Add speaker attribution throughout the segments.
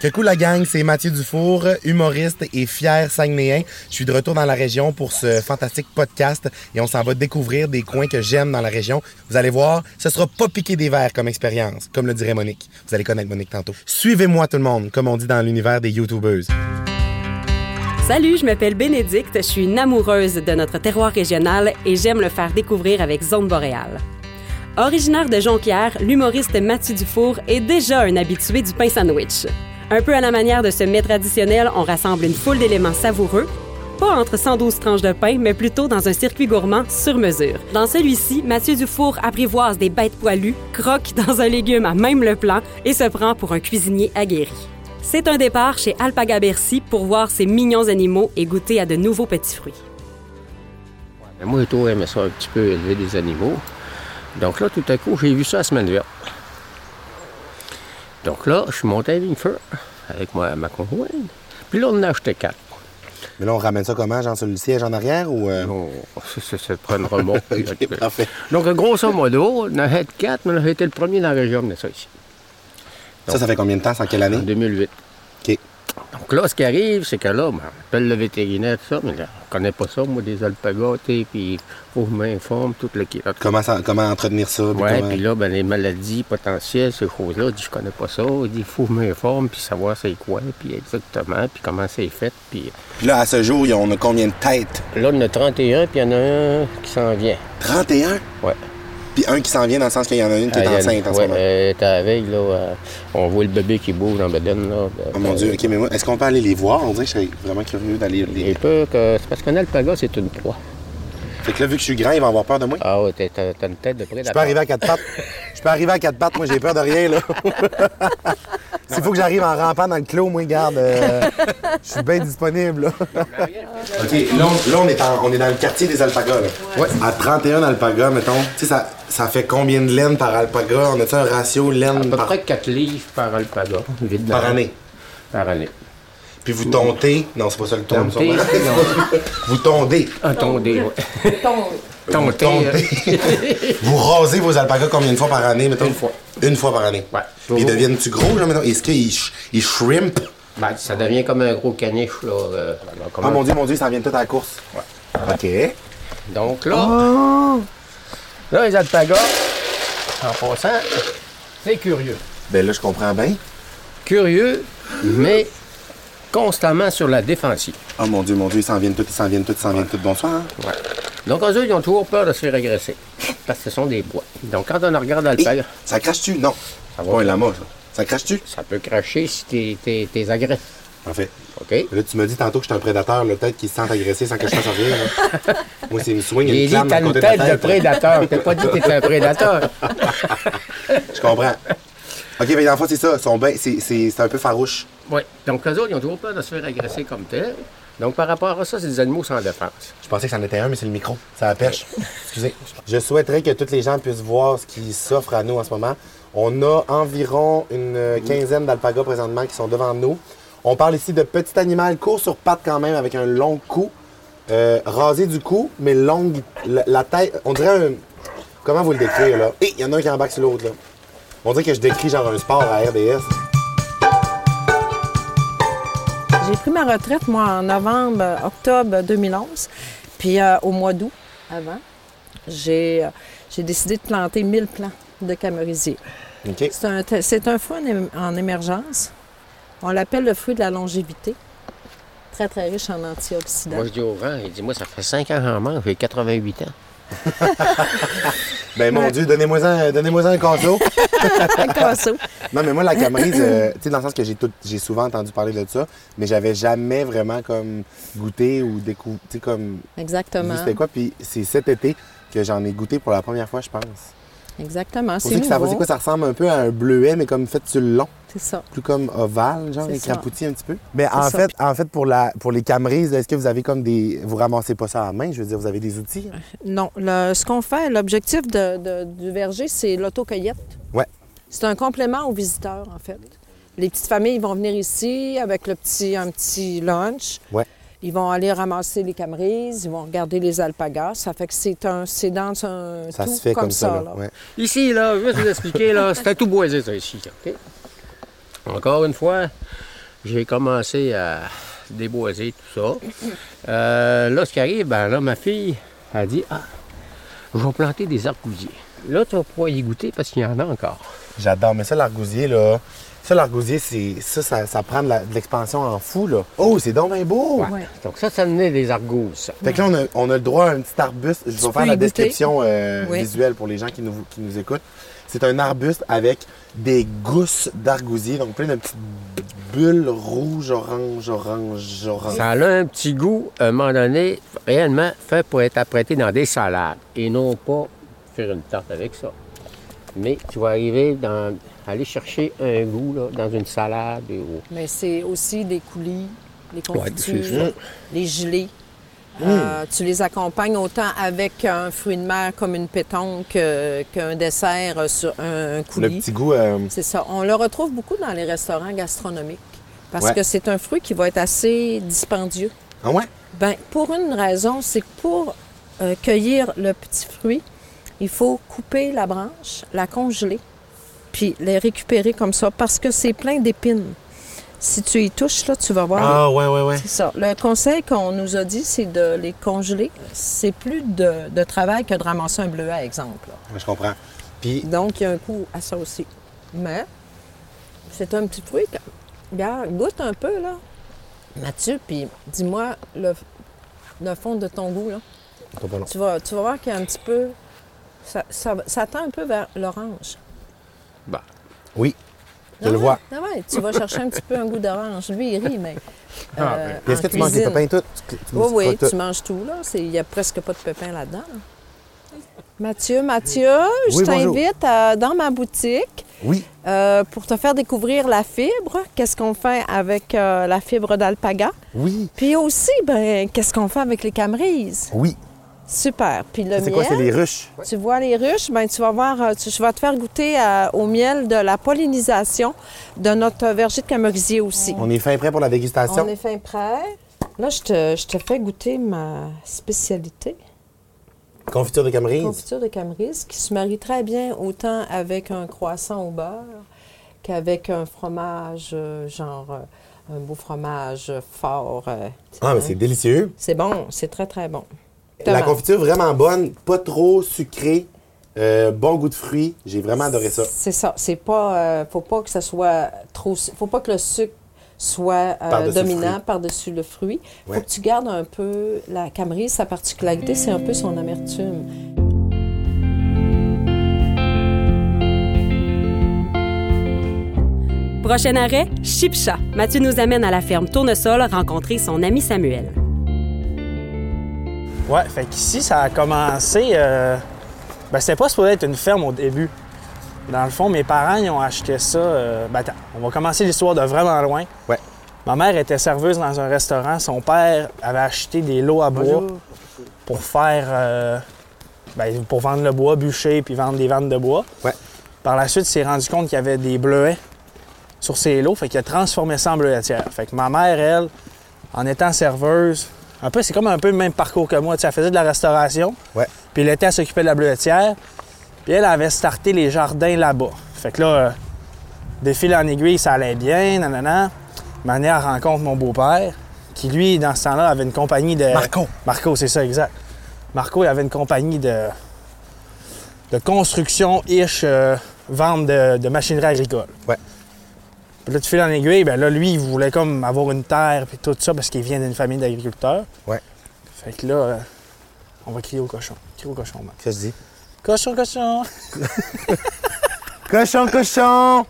Speaker 1: Que coup la gang, c'est Mathieu Dufour, humoriste et fier Saguenayen. Je suis de retour dans la région pour ce fantastique podcast et on s'en va découvrir des coins que j'aime dans la région. Vous allez voir, ce sera pas piqué des verres comme expérience, comme le dirait Monique. Vous allez connaître Monique tantôt. Suivez-moi tout le monde, comme on dit dans l'univers des YouTubeuses.
Speaker 2: Salut, je m'appelle Bénédicte, je suis une amoureuse de notre terroir régional et j'aime le faire découvrir avec Zone Boréale. Originaire de Jonquière, l'humoriste Mathieu Dufour est déjà un habitué du pain sandwich. Un peu à la manière de ce mets traditionnel, on rassemble une foule d'éléments savoureux, pas entre 112 tranches de pain, mais plutôt dans un circuit gourmand sur mesure. Dans celui-ci, Mathieu Dufour apprivoise des bêtes poilues, croque dans un légume à même le plan et se prend pour un cuisinier aguerri. C'est un départ chez Alpaga Bercy pour voir ces mignons animaux et goûter à de nouveaux petits fruits.
Speaker 3: Mais Moi, et tout, aimait ça un petit peu élever des animaux. Donc là, tout à coup, j'ai vu ça à semaine verte. Donc là, je suis monté à Vingefeur avec ma, ma conjointe. Puis là, on en a acheté quatre.
Speaker 1: Mais là, on ramène ça comment, genre sur le siège en arrière ou... euh,
Speaker 3: Bon, Oh, ça, ça, ça prend une remorque.
Speaker 1: Ok, parfait.
Speaker 3: Donc, grosso modo, on en a fait quatre, mais on a été le premier dans la région de ça ici,
Speaker 1: Ça, ça fait combien de temps, sans quelle
Speaker 3: en
Speaker 1: année?
Speaker 3: 2008.
Speaker 1: OK.
Speaker 3: Donc là, ce qui arrive, c'est que là, ben, on appelle le vétérinaire, tout ça, mais là, on connaît pas ça, moi, des alpagas, tu sais, puis faut que je m'informe, tout le kit.
Speaker 1: Comment, ça- comment entretenir ça? puis
Speaker 3: Ouais,
Speaker 1: comment-
Speaker 3: puis là, ben, les maladies potentielles, ces choses-là, dit, je connais pas ça. Il dit, faut que je m'informe, puis savoir c'est quoi, puis exactement, puis comment c'est fait. Puis
Speaker 1: Puis là, à ce jour, on a combien de têtes?
Speaker 3: là, on en a 31, puis il y en a un qui s'en vient.
Speaker 1: 31?
Speaker 3: Ouais.
Speaker 1: Puis un qui s'en vient dans le sens qu'il y en a une qui
Speaker 3: Ah, il
Speaker 1: est
Speaker 3: y en a-
Speaker 1: enceinte en ce
Speaker 3: ouais,
Speaker 1: moment.
Speaker 3: euh, elle était à la veille, là. euh, on voit le bébé qui bouge dans la bedaine, là.
Speaker 1: Oh mon Dieu, ok, mais moi, est-ce qu'on peut aller les voir? On dirait que je serais vraiment curieux d'aller
Speaker 3: J'ai
Speaker 1: les...
Speaker 3: peur que. C'est parce qu'un alpaga, c'est une proie.
Speaker 1: Fait que là, vu que je suis grand, ils vont avoir peur de moi.
Speaker 3: Ah ouais, t'as- t'as t'as une tête de
Speaker 1: Je peux
Speaker 3: prédateur.
Speaker 1: arriver à quatre pattes. Je peux arriver à quatre pattes, moi j'ai peur de rien là. S'il faut que j'arrive en rampant dans le clos, moi garde. euh, je suis bien disponible là. OK, là, on, là, on est en- on est dans le quartier des alpagas là.
Speaker 3: Ouais.
Speaker 1: À 31 alpagas, mettons, tu sais, ça, ça fait combien de laine par alpaga? On a-tu un ratio
Speaker 3: À
Speaker 1: laine
Speaker 3: peu
Speaker 1: par,
Speaker 3: près 4 livres par alpaga. vide
Speaker 1: par
Speaker 3: dans-
Speaker 1: année?
Speaker 3: Par année.
Speaker 1: Puis vous tontez. Non, c'est pas ça le terme,
Speaker 3: Tontez,
Speaker 1: sûrement. Vous tondez.
Speaker 3: Un tondé, ouais. Tondé.
Speaker 1: Tontez. Vous rasez vos alpagas combien de fois par année, mettons?
Speaker 3: Une fois.
Speaker 1: Une fois par année.
Speaker 3: Ouais.
Speaker 1: Puis ils deviennent-tu gros, là, mettons? Est-ce qu'ils sh- ils shrimp?
Speaker 3: Ben, ça devient comme un gros caniche, là. euh, alors, comme
Speaker 1: Ah
Speaker 3: un-
Speaker 1: mon dieu, mon dieu, ça vient tout à la course. OK.
Speaker 3: Donc là,
Speaker 1: Oh!
Speaker 3: là, les alpagas, en passant, c'est curieux.
Speaker 1: Ben là, je comprends bien.
Speaker 3: Curieux,
Speaker 1: Mhm.
Speaker 3: mais constamment sur la défensive.
Speaker 1: Oh mon dieu, mon dieu, ils s'en viennent tous, ils s'en viennent tous, ils s'en viennent tous. Bonsoir. hein?
Speaker 3: Ouais. Donc, eux, ils ont toujours peur de se faire agresser. Parce que ce sont des bois. Donc, quand on regarde
Speaker 1: Hé,
Speaker 3: alpaga,
Speaker 1: ça crache-tu? Non. Ça va. Pas un lama, ça. Ça crache-tu?
Speaker 3: ça peut cracher si t'es, t'es, t'es agressé.
Speaker 1: En fait.
Speaker 3: OK?
Speaker 1: Là, tu me dis tantôt que je suis un prédateur, là, peut-être qu'ils se sentent agressés sans que je fasse rien. là. Moi, c'est une swing,
Speaker 3: J'ai
Speaker 1: une
Speaker 3: dit,
Speaker 1: clame
Speaker 3: t'as
Speaker 1: dans
Speaker 3: une
Speaker 1: le côté de
Speaker 3: tête
Speaker 1: la
Speaker 3: de
Speaker 1: tête.
Speaker 3: prédateur. T'as pas dit que t'étais un prédateur.
Speaker 1: Je comprends. OK, mais dans le fond, c'est ça. Son bain, c'est- c'est c'est un peu farouche.
Speaker 3: Oui. Donc, eux autres, ils ont toujours peur de se faire agresser comme tel. Donc, par rapport à ça, c'est des animaux sans défense.
Speaker 1: Je pensais que c'en était un, mais c'est le micro. Ça la pêche. Excusez. Je souhaiterais que toutes les gens puissent voir ce qui s'offre à nous en ce moment. On a environ une euh, quinzaine d'alpagas présentement qui sont devant nous. On parle ici de petits animaux courts sur pattes quand même, avec un long cou, euh, rasé du cou, mais longue la, la tête. On dirait un. Comment vous le décrire là Hé, il y en a un qui embarque sur l'autre là. On dirait que je décris genre un sport à RDS.
Speaker 4: J'ai pris ma retraite, moi, en novembre, euh, octobre 2011. Puis euh, au mois d'août, avant, j'ai euh, j'ai décidé de planter 1000 plants de camérisier.
Speaker 1: Ok.
Speaker 4: C'est un, te- c'est un fruit en é- en émergence. On l'appelle le fruit de la longévité. Très, très riche en antioxydants.
Speaker 3: Moi, je dis au rang, il dit, moi, ça fait 5 ans que j'en mange, j'ai 88 ans.
Speaker 1: Ben mon Dieu, donnez-moi un, donnez-moi un cadeau.
Speaker 4: Un casseau.
Speaker 1: Non, mais moi, la Camerise, euh, tu sais, dans le sens que j'ai tout- j'ai souvent entendu parler de ça, mais j'avais jamais vraiment comme goûté ou découvert, tu sais, comme vu
Speaker 4: Exactement.
Speaker 1: c'était quoi. Puis c'est cet été que j'en ai goûté pour la première fois, je pense.
Speaker 4: Exactement.
Speaker 1: Pour
Speaker 4: C'est
Speaker 1: ceux qui savent, c'est
Speaker 4: nouveau.
Speaker 1: quoi, ça ressemble un peu à un bleuet, mais comme fait sur le long,
Speaker 4: C'est ça.
Speaker 1: plus comme ovale, genre,
Speaker 4: C'est
Speaker 1: et
Speaker 4: ça.
Speaker 1: crapoutis un petit peu. Mais en
Speaker 4: C'est ça.
Speaker 1: fait, en fait, pour la, pour les Camerises, est-ce que vous avez comme des, vous ramassez pas ça à la main, je veux dire, vous avez des outils. hein?
Speaker 4: Non, le- ce qu'on fait, l'objectif de- de- du verger, c'est l'autocueillette.
Speaker 1: Ouais.
Speaker 4: C'est un complément aux visiteurs, en fait. Les petites familles ils vont venir ici avec le petit, un petit lunch.
Speaker 1: Ouais.
Speaker 4: Ils vont aller ramasser les camerises, ils vont regarder les alpagas. Ça fait que c'est un, c'est dans un
Speaker 1: Ça
Speaker 4: Euh, tout
Speaker 1: se fait comme,
Speaker 4: ça.
Speaker 1: là,
Speaker 4: là.
Speaker 1: ouais.
Speaker 3: Ici, là, je vais vous expliquer, là, c'était tout boisé, ça, ici. OK? Encore une fois, j'ai commencé à déboiser tout ça. Euh, là, ce qui arrive, ben là, ma fille a dit Ah, je vais planter des argousiers. Là, tu vas pouvoir y goûter parce qu'il y en a encore.
Speaker 1: J'adore, mais ça, l'argousier, là. Ça, l'argousier, c'est. Ça, ça, ça prend de la- de l'expansion en fou, là. Oh, c'est donc bien beau!
Speaker 4: Ouais.
Speaker 3: Donc, ça, ça venait des argouses. ça.
Speaker 1: Fait que là, on a, on a le droit à un petit arbuste. Je vais
Speaker 4: peux
Speaker 1: faire
Speaker 4: y
Speaker 1: la
Speaker 4: goûter.
Speaker 1: description euh,
Speaker 4: Oui.
Speaker 1: visuelle pour les gens qui nous, qui nous écoutent. C'est un arbuste avec des gousses d'argousier, donc plein de petites bulles rouges, orange, orange, orange.
Speaker 3: Ça a un petit goût, à un moment donné, réellement fait pour être apprêté dans des salades et non pas faire une tarte avec ça. Mais tu vas arriver dans, aller chercher un goût là, dans une salade et au-
Speaker 4: Mais c'est aussi des coulis, des
Speaker 3: Ouais, c'est
Speaker 4: confitures,
Speaker 3: ça.
Speaker 4: des gelées.
Speaker 1: Hum.
Speaker 4: Euh, tu les accompagnes autant avec un fruit de mer comme une pétanque euh, qu'un dessert sur un, un
Speaker 1: Le
Speaker 4: coulis.
Speaker 1: petit goût. euh,
Speaker 4: C'est ça. On le retrouve beaucoup dans les restaurants gastronomiques parce
Speaker 1: Ouais.
Speaker 4: que c'est un fruit qui va être assez dispendieux.
Speaker 1: Ah ouais?
Speaker 4: Ben, pour une raison, c'est que pour euh, cueillir le petit fruit, il faut couper la branche, la congeler, puis les récupérer comme ça, parce que c'est plein d'épines. Si tu y touches, là, tu vas voir.
Speaker 1: Ah ouais, ouais, ouais.
Speaker 4: C'est ça. Le conseil qu'on nous a dit, c'est de les congeler. C'est plus de, de travail que de ramasser un bleuet, exemple. là.
Speaker 1: Je comprends. Puis,
Speaker 4: Donc, il y a un coût à ça aussi. Mais c'est un petit fruit. que- Regarde, goûte un peu, là. Mathieu, puis dis-moi le, le fond de ton goût, là.
Speaker 1: Attends, pas long.
Speaker 4: Tu vas, tu vas voir qu'il y a un petit peu. Ça, ça, ça tend un peu vers l'orange.
Speaker 3: Bah,
Speaker 1: Oui, je
Speaker 4: Ah
Speaker 1: le
Speaker 4: ouais,
Speaker 1: vois.
Speaker 4: ah ouais, tu vas chercher un petit peu un goût d'orange. Lui, il rit, mais.
Speaker 3: Ah,
Speaker 4: euh,
Speaker 1: Puis Est-ce que
Speaker 4: en
Speaker 1: tu manges des
Speaker 4: cuisine-
Speaker 1: pépins et tout? Tu- tu- tu-
Speaker 4: Oui, oui,
Speaker 1: tu-
Speaker 4: tu manges tout, là. C'est- Il n'y a presque pas de pépins là-dedans. Mathieu, Mathieu, je
Speaker 1: Oui, bonjour.
Speaker 4: t'invite à- dans ma boutique.
Speaker 1: Oui.
Speaker 4: Euh, pour te faire découvrir la fibre, qu'est-ce qu'on fait avec euh, la fibre d'alpaga.
Speaker 1: Oui.
Speaker 4: Puis aussi, ben, qu'est-ce qu'on fait avec les camerises.
Speaker 1: Oui.
Speaker 4: Super. Puis le
Speaker 1: C'est quoi? C'est
Speaker 4: Euh, miel,
Speaker 1: les ruches.
Speaker 4: tu vois les ruches, ben, tu vas voir, euh, tu- je vais te faire goûter euh, au miel de la pollinisation de notre verger de camorisier aussi.
Speaker 1: On est fin prêt pour la dégustation.
Speaker 4: On est fin prêt. Là, je te, je te fais goûter ma spécialité,
Speaker 1: Confiture de Camerise.
Speaker 4: confiture de camerise, qui se marie très bien autant avec un croissant au beurre qu'avec un fromage, euh, genre euh, un beau fromage fort. euh,
Speaker 1: Ah, mais
Speaker 4: hein.
Speaker 1: c'est délicieux.
Speaker 4: C'est bon, c'est très, très bon.
Speaker 1: La
Speaker 4: Tomate.
Speaker 1: confiture vraiment bonne, pas trop sucrée, euh, bon goût de fruits. J'ai vraiment adoré ça.
Speaker 4: C'est ça. C'est pas. euh, faut pas que ça soit trop. su- Faut pas que le sucre soit euh,
Speaker 1: Par-dessus le
Speaker 4: dominant
Speaker 1: fruit.
Speaker 4: par-dessus le fruit. Faut
Speaker 1: Ouais.
Speaker 4: que tu gardes un peu la camerise. Sa particularité, c'est un peu son amertume.
Speaker 2: Prochain arrêt, Chipcha. Mathieu nous amène à la ferme Tournesol rencontrer son ami Samuel.
Speaker 5: Ouais, fait qu'ici, ça a commencé. euh, Ben, c'était pas supposé être une ferme au début. Dans le fond, mes parents, ils ont acheté ça. euh, Ben, attends, on va commencer l'histoire de vraiment loin.
Speaker 1: Ouais.
Speaker 5: Ma mère était serveuse dans un restaurant. Son père avait acheté des lots à bois pour faire. euh, ben, pour vendre le bois, bûcher, puis vendre des ventes de bois.
Speaker 1: Ouais.
Speaker 5: Par la suite, il s'est rendu compte qu'il y avait des bleuets sur ces lots, fait qu'il a transformé ça en bleuetière. Fait que ma mère, elle, en étant serveuse, un peu, c'est comme un peu le même parcours que moi. Tu sais, elle faisait de la restauration,
Speaker 1: Ouais.
Speaker 5: puis elle était à s'occuper de la bleuetière, puis elle avait starté les jardins là-bas. Fait que là, euh, de fil en aiguille, ça allait bien, nanana. Manière rencontre mon beau-père, qui lui, dans ce temps-là, avait une compagnie de.
Speaker 1: Marco.
Speaker 5: Marco, c'est ça, exact. Marco, il avait une compagnie de, de construction-ish, euh, vente de, de machinerie agricole.
Speaker 1: Ouais.
Speaker 5: Puis là, tu fais en aiguille, ben là, lui, il voulait comme avoir une terre puis tout ça parce qu'il vient d'une famille d'agriculteurs.
Speaker 1: Ouais.
Speaker 5: Fait que là, euh, on va crier au cochon. Crier au cochon, Marc.
Speaker 1: Qu'est-ce que je dis?
Speaker 5: Cochon, cochon!
Speaker 1: Cochon, cochon!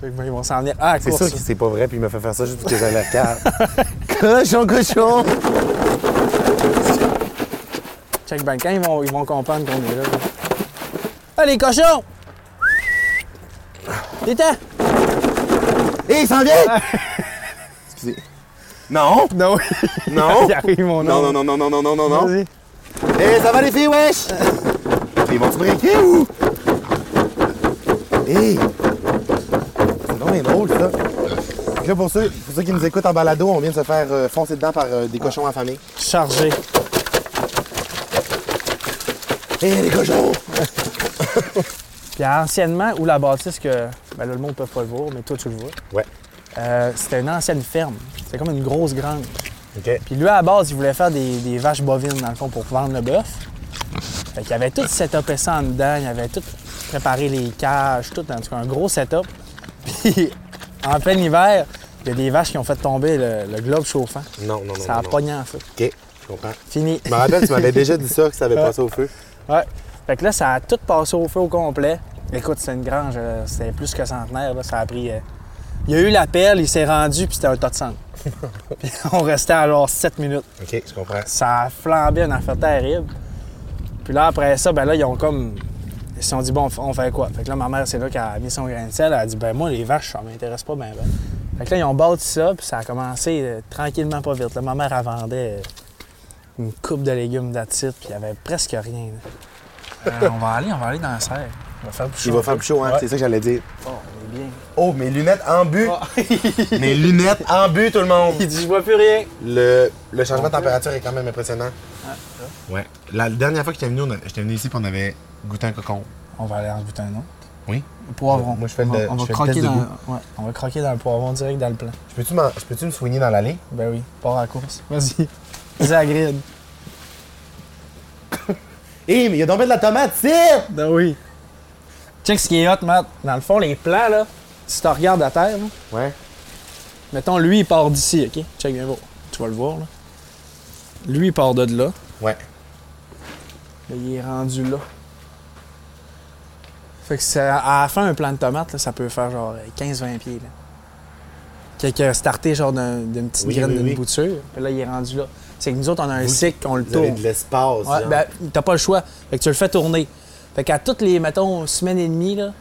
Speaker 5: Fait que, ben, ils vont s'en venir. Ah,
Speaker 1: C'est
Speaker 5: course.
Speaker 1: sûr que c'est pas vrai, puis il m'a fait faire ça juste pour que j'avais la carte. cochon, cochon!
Speaker 5: Check ben, quand ils vont, ils vont comprendre qu'on est là. là. Allez, cochon!
Speaker 1: Ah.
Speaker 5: Détends!
Speaker 1: Hé, il s'en vient! Excusez. Non!
Speaker 5: Non!
Speaker 1: Non!
Speaker 5: Il arrive, mon
Speaker 1: Non,
Speaker 5: homme.
Speaker 1: non, non, non, non, non, non, non, non.
Speaker 5: Vas-y.
Speaker 1: Hé, ça va les filles, wesh! Ils vont se briquer ou? Hé! C'est vraiment drôle, ça. Fait que Là, pour ceux, pour ceux qui nous écoutent en balado, on vient de se faire euh, foncer dedans par euh, des cochons affamés.
Speaker 5: Chargé.
Speaker 1: Hé, les cochons!
Speaker 5: Puis anciennement, où la bâtisse que. Ben là, le monde ne peut pas le voir, mais toi, tu le vois.
Speaker 1: Ouais.
Speaker 5: Euh, c'était une ancienne ferme. C'était comme une grosse grange.
Speaker 1: OK.
Speaker 5: Puis lui, à la base, il voulait faire des, des vaches bovines, dans le fond, pour vendre le bœuf. Fait qu'il avait tout setupé ça en dedans, il avait tout préparé les cages, tout, en tout cas, un gros setup. Puis, en plein hiver, il y a des vaches qui ont fait tomber le, le globe chauffant.
Speaker 1: Non, non, non.
Speaker 5: ça a
Speaker 1: non, non.
Speaker 5: pogné en feu.
Speaker 1: OK, je comprends.
Speaker 5: Fini.
Speaker 1: Je me rappelle, tu m'avais déjà dit ça, que ça avait passé au feu.
Speaker 5: Ouais. Fait que là, ça a tout passé au feu au complet. Écoute, c'était une grange, euh, c'était plus que centenaire, là, ça a pris... euh, Il y a eu l'appel, il s'est rendu, puis c'était un tas de cendres. puis on restait alors 7 minutes.
Speaker 1: OK, je comprends.
Speaker 5: ça a flambé une affaire terrible. Puis là, après ça, ben là, ils ont comme. Ils se sont dit, bon, on fait quoi? Fait que là, ma mère, c'est là qu'elle a mis son grain de sel. Elle a dit, ben moi, les vaches, ça m'intéresse pas, ben, ben. Fait que là, ils ont bâti ça, puis ça a commencé euh, tranquillement, pas vite. Là, ma mère, elle vendait euh, une coupe de légumes d'attitude, puis il y avait presque rien. là. Euh, on va aller, on va aller dans la serre. On va faire plus chaud.
Speaker 1: Il va faire plus chaud, hein,
Speaker 5: Ouais.
Speaker 1: c'est ça que j'allais dire.
Speaker 5: Oh, on est bien.
Speaker 1: Oh, mes lunettes en but!
Speaker 5: Oh.
Speaker 1: Mes lunettes en but, tout le monde!
Speaker 5: il dit, je vois plus rien.
Speaker 1: Le, le changement de température est quand même impressionnant. Ouais. La dernière fois que j'étais venu, on a- j'étais venu ici et on avait goûté un cocon.
Speaker 5: On va aller en goûter un autre.
Speaker 1: Oui.
Speaker 5: Le poivron.
Speaker 1: Moi, je fais le-
Speaker 5: on va, on
Speaker 1: je
Speaker 5: va
Speaker 1: fais le
Speaker 5: croquer
Speaker 1: test de
Speaker 5: dans,
Speaker 1: goût.
Speaker 5: ouais, on va croquer dans le poivron direct dans le plan.
Speaker 1: Je peux-tu m'en- je peux-tu me soigner dans l'allée?
Speaker 5: Ben oui, pars à la course. Vas-y. Vas-y à la grid. Eh,
Speaker 1: Hé, mais il a tombé de la tomate, c'est!
Speaker 5: Ben oui. Check ce qui est hot, Matt. Dans le fond, les plans, là, si tu regardes à terre, là,
Speaker 1: Ouais.
Speaker 5: mettons, lui, il part d'ici, OK? Check bien voir. Tu vas le voir, là. Lui, il part de là.
Speaker 1: Ouais.
Speaker 5: Là, il est rendu là. Fait que ça- à la fin, un plan de tomate, là, ça peut faire genre 15-20 pieds. Là. Qui a- qui a starté genre d'un- d'une petite
Speaker 1: Oui,
Speaker 5: graine
Speaker 1: oui,
Speaker 5: d'une
Speaker 1: oui.
Speaker 5: bouture. Puis là, il est rendu là. C'est que nous autres, on a un
Speaker 1: Vous-
Speaker 5: cycle, on le
Speaker 1: Vous avez
Speaker 5: tourne.
Speaker 1: de l'espace.
Speaker 5: Ouais,
Speaker 1: genre.
Speaker 5: ben, t'as pas le choix. Fait que tu le fais tourner. Fait qu'à toutes les, mettons, semaines et demie, là,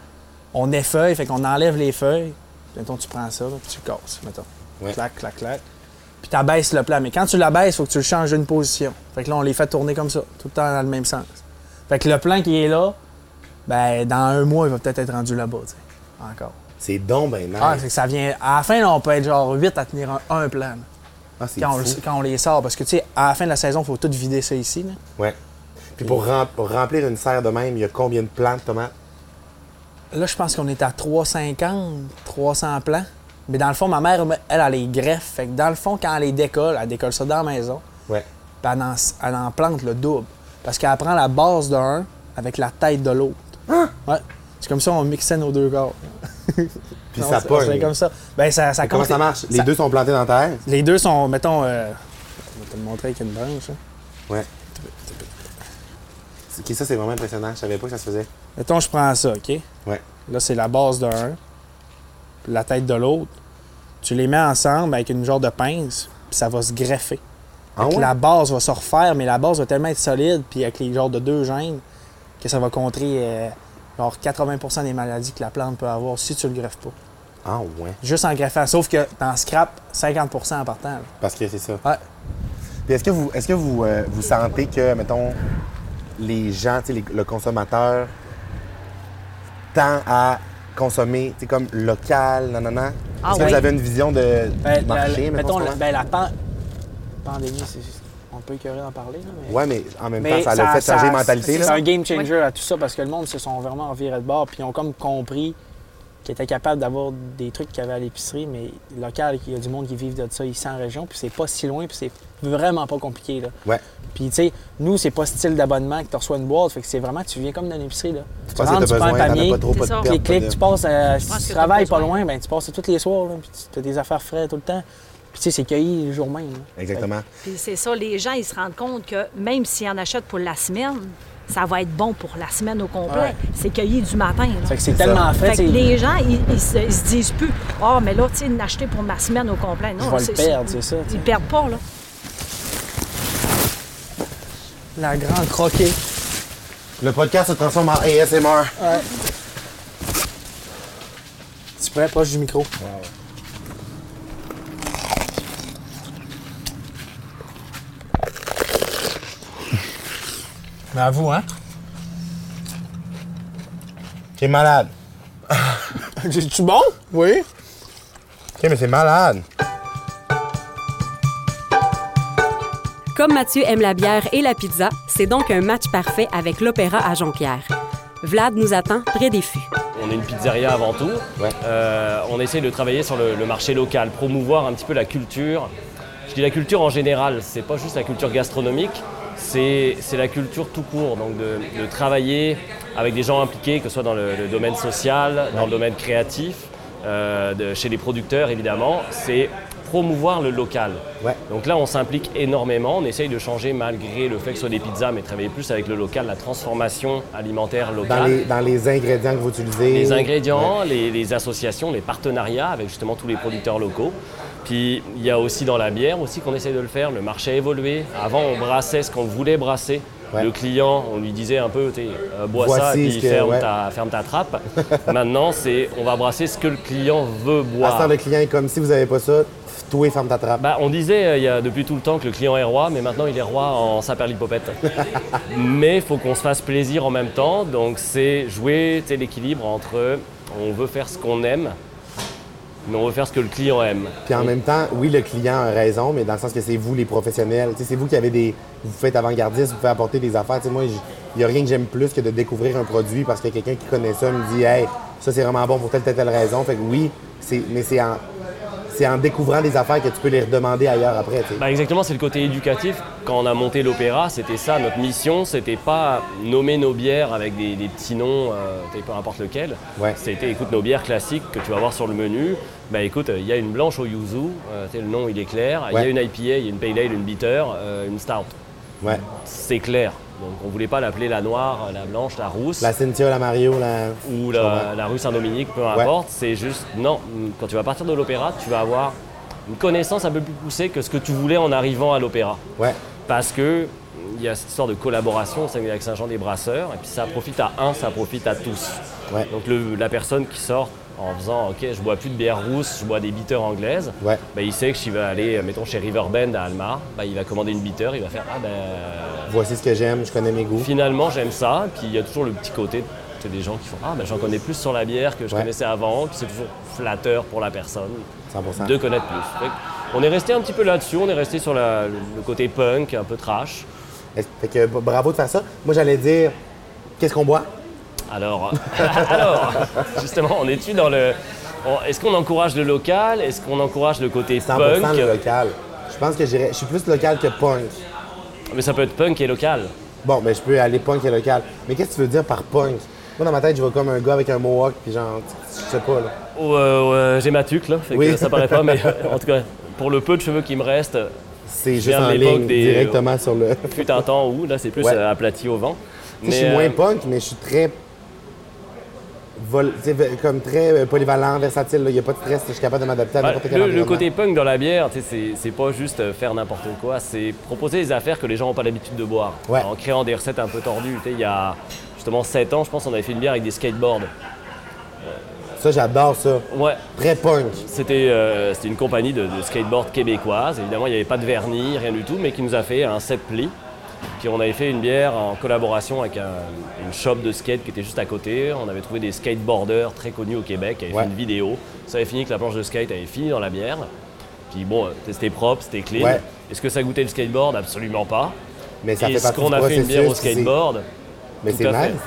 Speaker 5: on effeuille, fait qu'on enlève les feuilles. Mettons, tu prends ça, là, puis tu le casses, mettons.
Speaker 1: Ouais.
Speaker 5: Clac, clac, clac. Puis t'abaisses le plat. Mais quand tu l'abaisses, faut que tu le changes d'une position. Fait que là, on les fait tourner comme ça, tout le temps dans le même sens. Fait que le plan qui est là, ben, dans un mois, il va peut-être être rendu là-bas, tu sais. Encore.
Speaker 1: C'est donc ben nice.
Speaker 5: Ah, c'est que ça vient. À la fin, là, on peut être genre 8 à tenir un, un plan, là,
Speaker 1: Ah, c'est
Speaker 5: quand on,
Speaker 1: fou.
Speaker 5: le- quand on les sort. Parce que, tu sais, à la fin de la saison, faut tout vider ça ici, là.
Speaker 1: Ouais. Puis pour, rem- pour remplir une serre de même, il y a combien de plants de tomates?
Speaker 5: Là, je pense qu'on est à 350, 300 plants. Mais dans le fond, ma mère, elle, elle a les greffes. Fait que dans le fond, quand elle les décolle, elle décolle ça dans la maison.
Speaker 1: Ouais.
Speaker 5: Puis elle en, elle en plante le double. Parce qu'elle prend la base d'un avec la tête de l'autre.
Speaker 1: Ah!
Speaker 5: Ouais. C'est comme ça, on mixait nos deux corps.
Speaker 1: Puis
Speaker 5: Non,
Speaker 1: ça
Speaker 5: c'est- on
Speaker 1: pogne. Ah,
Speaker 5: fait comme ça. Ben, ça, ça
Speaker 1: Comment
Speaker 5: compte-
Speaker 1: ça marche? Les
Speaker 5: ça-
Speaker 1: deux sont plantés dans la terre?
Speaker 5: Les deux sont, mettons. euh, Je vais te le montrer avec une branche. hein.
Speaker 1: Ouais. C'est- ok, ça, c'est vraiment impressionnant. Je savais pas que ça se faisait.
Speaker 5: Mettons, je prends ça, OK?
Speaker 1: Ouais.
Speaker 5: Là, c'est la base d'un, puis la tête de l'autre. Tu les mets ensemble avec une genre de pince, puis ça va se greffer.
Speaker 1: Ah
Speaker 5: Puis
Speaker 1: ouais?
Speaker 5: La base va se refaire, mais la base va tellement être solide, puis avec les genres de deux gènes, que ça va contrer euh, genre 80 des maladies que la plante peut avoir si tu le greffes pas.
Speaker 1: Ah ouais.
Speaker 5: Juste en greffant. Sauf que t'en scrapes 50 en partant. là.
Speaker 1: Parce que c'est ça.
Speaker 5: Ouais.
Speaker 1: Puis est-ce que vous, est-ce que vous, euh, vous sentez que, mettons, les gens, tu sais, les- le consommateur tend à consommer, tu sais, comme local, nanana?
Speaker 5: Ah
Speaker 1: est-ce que
Speaker 5: oui.
Speaker 1: vous avez une vision de
Speaker 5: Ben,
Speaker 1: du
Speaker 5: la-
Speaker 1: marché,
Speaker 5: mettons,
Speaker 1: mettons,
Speaker 5: la,
Speaker 1: en ce
Speaker 5: ben, la pan- pandémie, c'est- on peut écœurer d'en parler. là, ben mais...
Speaker 1: moment? Ouais, mais en même temps, ça, l'a fait
Speaker 5: ça-
Speaker 1: changer les mentalités,
Speaker 5: C'est
Speaker 1: là.
Speaker 5: un game changer à tout ça parce que le monde se sont vraiment virés de bord puis ils ont comme compris qu'ils étaient capables d'avoir des trucs qu'il y avait à l'épicerie, mais local, il y a du monde qui vivent de ça ici en région, puis c'est pas si loin, puis c'est vraiment pas compliqué. Là.
Speaker 1: Ouais.
Speaker 5: Puis tu sais, nous, c'est pas style d'abonnement que tu reçois une boîte, fait que c'est vraiment, tu viens comme d'une épicerie. Là. Tu
Speaker 1: Pas si t'as
Speaker 5: rentres, tu prends
Speaker 1: besoin,
Speaker 5: un
Speaker 1: t'en as
Speaker 5: panier,
Speaker 1: pas trop, pas de
Speaker 6: C'est ça.
Speaker 1: perte,
Speaker 5: clic, clic,
Speaker 1: pas de-
Speaker 5: tu passes, à-
Speaker 6: pense
Speaker 5: si tu
Speaker 6: que t'as
Speaker 5: travailles pas
Speaker 6: besoin.
Speaker 5: loin, ben, tu passes tous les soirs, là, puis tu as des affaires frais tout le temps. Puis tu sais, c'est cueilli le jour même. là.
Speaker 1: Exactement.
Speaker 6: Puis c'est ça, les gens, ils se rendent compte que même s'ils en achètent pour la semaine, ça va être bon pour la semaine au complet.
Speaker 5: Ouais.
Speaker 6: C'est cueilli du matin. là.
Speaker 5: Fait que c'est
Speaker 1: ça.
Speaker 5: tellement
Speaker 6: Fait
Speaker 5: frais.
Speaker 6: que
Speaker 5: tu sais,
Speaker 6: les gens, ils, ils se, ils se disent plus « Ah, mais là, tu sais, l'acheter pour ma semaine au complet. »
Speaker 5: Je
Speaker 6: Non,
Speaker 5: vais le
Speaker 6: c'est-
Speaker 5: perdre, c'est ça, tu sais.
Speaker 6: Ils perdent pas, là.
Speaker 5: La grande croquée.
Speaker 1: Le podcast se transforme en ASMR.
Speaker 5: Tu prends proche du micro. Mais avoue, hein?
Speaker 1: C'est malade.
Speaker 5: Es-tu bon? Oui.
Speaker 1: OK, mais c'est malade.
Speaker 2: Comme Mathieu aime la bière et la pizza, c'est donc un match parfait avec l'Opéra à Jonquière. Vlad nous attend près des fûts.
Speaker 7: On est une pizzeria avant tout.
Speaker 1: Ouais.
Speaker 7: Euh, on essaie de travailler sur le, le marché local, promouvoir un petit peu la culture. Je dis la culture en général, c'est pas juste la culture gastronomique, c'est c'est la culture tout court. Donc de, de travailler avec des gens impliqués, que ce soit dans le, le domaine social, dans le domaine créatif, euh, de- chez les producteurs évidemment, c'est promouvoir le local.
Speaker 1: Ouais.
Speaker 7: Donc là, on s'implique énormément. On essaye de changer malgré le fait que ce soit des pizzas, mais travailler plus avec le local, la transformation alimentaire locale
Speaker 1: Dans les, dans les ingrédients que vous utilisez.
Speaker 7: les ingrédients, les, les associations, les partenariats avec justement tous les producteurs locaux. Puis il y a aussi dans la bière aussi qu'on essaie de le faire. Le marché a évolué. Avant, on brassait ce qu'on voulait brasser.
Speaker 1: Ouais.
Speaker 7: Le client, on lui disait un peu, tu sais, euh, bois ça,
Speaker 1: Voici
Speaker 7: puis
Speaker 1: ce que-
Speaker 7: ferme,
Speaker 1: ouais.
Speaker 7: ta, ferme ta trappe. Maintenant, c'est, on va brasser ce que le client veut
Speaker 1: À
Speaker 7: boire.
Speaker 1: ce temps, le client est comme si vous n'avez pas ça, toi, ferme ta trappe.
Speaker 7: Bah, on disait euh, il y a depuis tout le temps que le client est roi, mais maintenant il est roi en saperlipopette. mais il faut qu'on se fasse plaisir en même temps, donc c'est jouer tu sais, l'équilibre entre on veut faire ce qu'on aime, mais on veut faire ce que le client aime.
Speaker 1: Puis en même temps, oui, le client a raison, mais dans le sens que c'est vous les professionnels. Tu sais, c'est vous qui avez des. Vous faites avant-gardiste, vous pouvez apporter des affaires. Tu sais, moi, j- il n'y a rien que j'aime plus que de découvrir un produit parce que quelqu'un qui connaît ça me dit Hey, ça c'est vraiment bon pour telle, telle, telle raison. Fait que oui, c'est, mais c'est en, c'est en découvrant des affaires que tu peux les redemander ailleurs après. tu sais.
Speaker 7: Bah, exactement, c'est le côté éducatif. Quand on a monté l'opéra, c'était ça, notre mission, c'était pas nommer nos bières avec des, des petits noms, euh, tu sais, peu importe lequel.
Speaker 1: Ouais.
Speaker 7: C'était écoute nos bières classiques que tu vas voir sur le menu. Bah écoute, il y a une blanche au yuzu, euh, tu sais, le nom il est clair. Il y
Speaker 1: Ouais.
Speaker 7: a une IPA, il y a une pale ale, une bitter, euh, une stout.
Speaker 1: ouais.
Speaker 7: C'est clair. Donc on voulait pas l'appeler la noire, la blanche, la rousse
Speaker 1: La Cynthia, la Mario, la.
Speaker 7: ou
Speaker 1: Je
Speaker 7: la,
Speaker 1: comprends.
Speaker 7: la rue Saint-Dominique, peu importe. C'est juste, non, quand tu vas partir de l'opéra, tu vas avoir une connaissance un peu plus poussée que ce que tu voulais en arrivant à l'opéra.
Speaker 1: Ouais.
Speaker 7: Parce que il y a cette histoire de collaboration au sein avec Saint-Jean des Brasseurs, et puis ça profite à un, ça profite à tous.
Speaker 1: Ouais.
Speaker 7: Donc le- la personne qui sort en faisant OK, je bois plus de bière rousse, je bois des bitters anglaises,
Speaker 1: Ouais.
Speaker 7: ben, il sait que s'il va aller, mettons, chez Riverbend à Almar, ben, il va commander une bitter, il va faire Ah ben
Speaker 1: Voici ce que j'aime, je connais mes goûts.
Speaker 7: finalement j'aime ça, puis il y a toujours le petit côté c'est des gens qui font Ah ben j'en connais plus sur la bière que je
Speaker 1: Ouais.
Speaker 7: connaissais avant, puis c'est toujours flatteur pour la personne
Speaker 1: 100%.
Speaker 7: de connaître plus. Fait que on est resté un petit peu là-dessus, on est resté sur la- le côté punk, un peu trash.
Speaker 1: Est-ce- Fait que b- bravo de faire ça. Moi, j'allais dire Qu'est-ce qu'on boit
Speaker 7: Alors, alors, justement, on est-tu dans le. on- Est-ce qu'on encourage le local Est-ce qu'on encourage le côté
Speaker 1: 100%
Speaker 7: punk
Speaker 1: le local. Je pense que j'irais- je suis plus local que punk.
Speaker 7: Mais ça peut être punk et local.
Speaker 1: Bon, mais je peux aller punk et local. Mais qu'est-ce que tu veux dire par punk? Moi, dans ma tête, je vois comme un gars avec un mohawk, puis genre, je sais pas, là.
Speaker 7: Ou, euh, ou, euh, j'ai ma tuque, là, fait que
Speaker 1: Oui.
Speaker 7: ça paraît pas, mais en tout cas, pour le peu de cheveux qui me restent,
Speaker 1: C'est juste
Speaker 7: viens de
Speaker 1: en
Speaker 7: l'époque
Speaker 1: ligne,
Speaker 7: des-
Speaker 1: directement sur le... Tu sais,
Speaker 7: fut un temps où, là, c'est plus
Speaker 1: Ouais.
Speaker 7: euh, aplati au vent.
Speaker 1: je suis
Speaker 7: Mais, euh,
Speaker 1: moins punk, mais je suis très... vol- tu sais, ve- comme très euh, polyvalent, versatile, Il n'y a pas de stress, je suis capable de m'adapter à
Speaker 7: bah,
Speaker 1: n'importe quel hein.
Speaker 7: le, le
Speaker 1: environnement.
Speaker 7: côté punk dans la bière, tu sais, c'est- c'est pas juste euh, faire n'importe quoi, c'est proposer des affaires que les gens n'ont pas l'habitude de boire.
Speaker 1: Ouais.
Speaker 7: En créant des recettes un peu tordues. Tu sais, Il y a justement 7 ans, je pense, on avait fait une bière avec des skateboards.
Speaker 1: Ça, j'adore ça.
Speaker 7: Ouais,
Speaker 1: Très punk.
Speaker 7: C'était euh, c'était une compagnie de, de skateboard québécoise. Évidemment, il n'y avait pas de vernis, rien du tout, mais qui nous a fait un set pli. Puis on avait fait une bière en collaboration avec un- une shop de skate qui était juste à côté. On avait trouvé des skateboarders très connus au Québec, qui avaient
Speaker 1: Ouais.
Speaker 7: fait une vidéo. Ça avait fini que la planche de skate avait fini dans la bière. Puis bon, euh, c'était propre, c'était clean.
Speaker 1: Ouais.
Speaker 7: Est-ce que ça goûtait le skateboard Absolument pas.
Speaker 1: Mais ça fait
Speaker 7: Est-ce
Speaker 1: partie
Speaker 7: qu'on
Speaker 1: du
Speaker 7: a fait une bière au
Speaker 1: processus, puis c'est-
Speaker 7: skateboard
Speaker 1: Mais
Speaker 7: Tout
Speaker 1: c'est
Speaker 7: à fait.
Speaker 1: nice.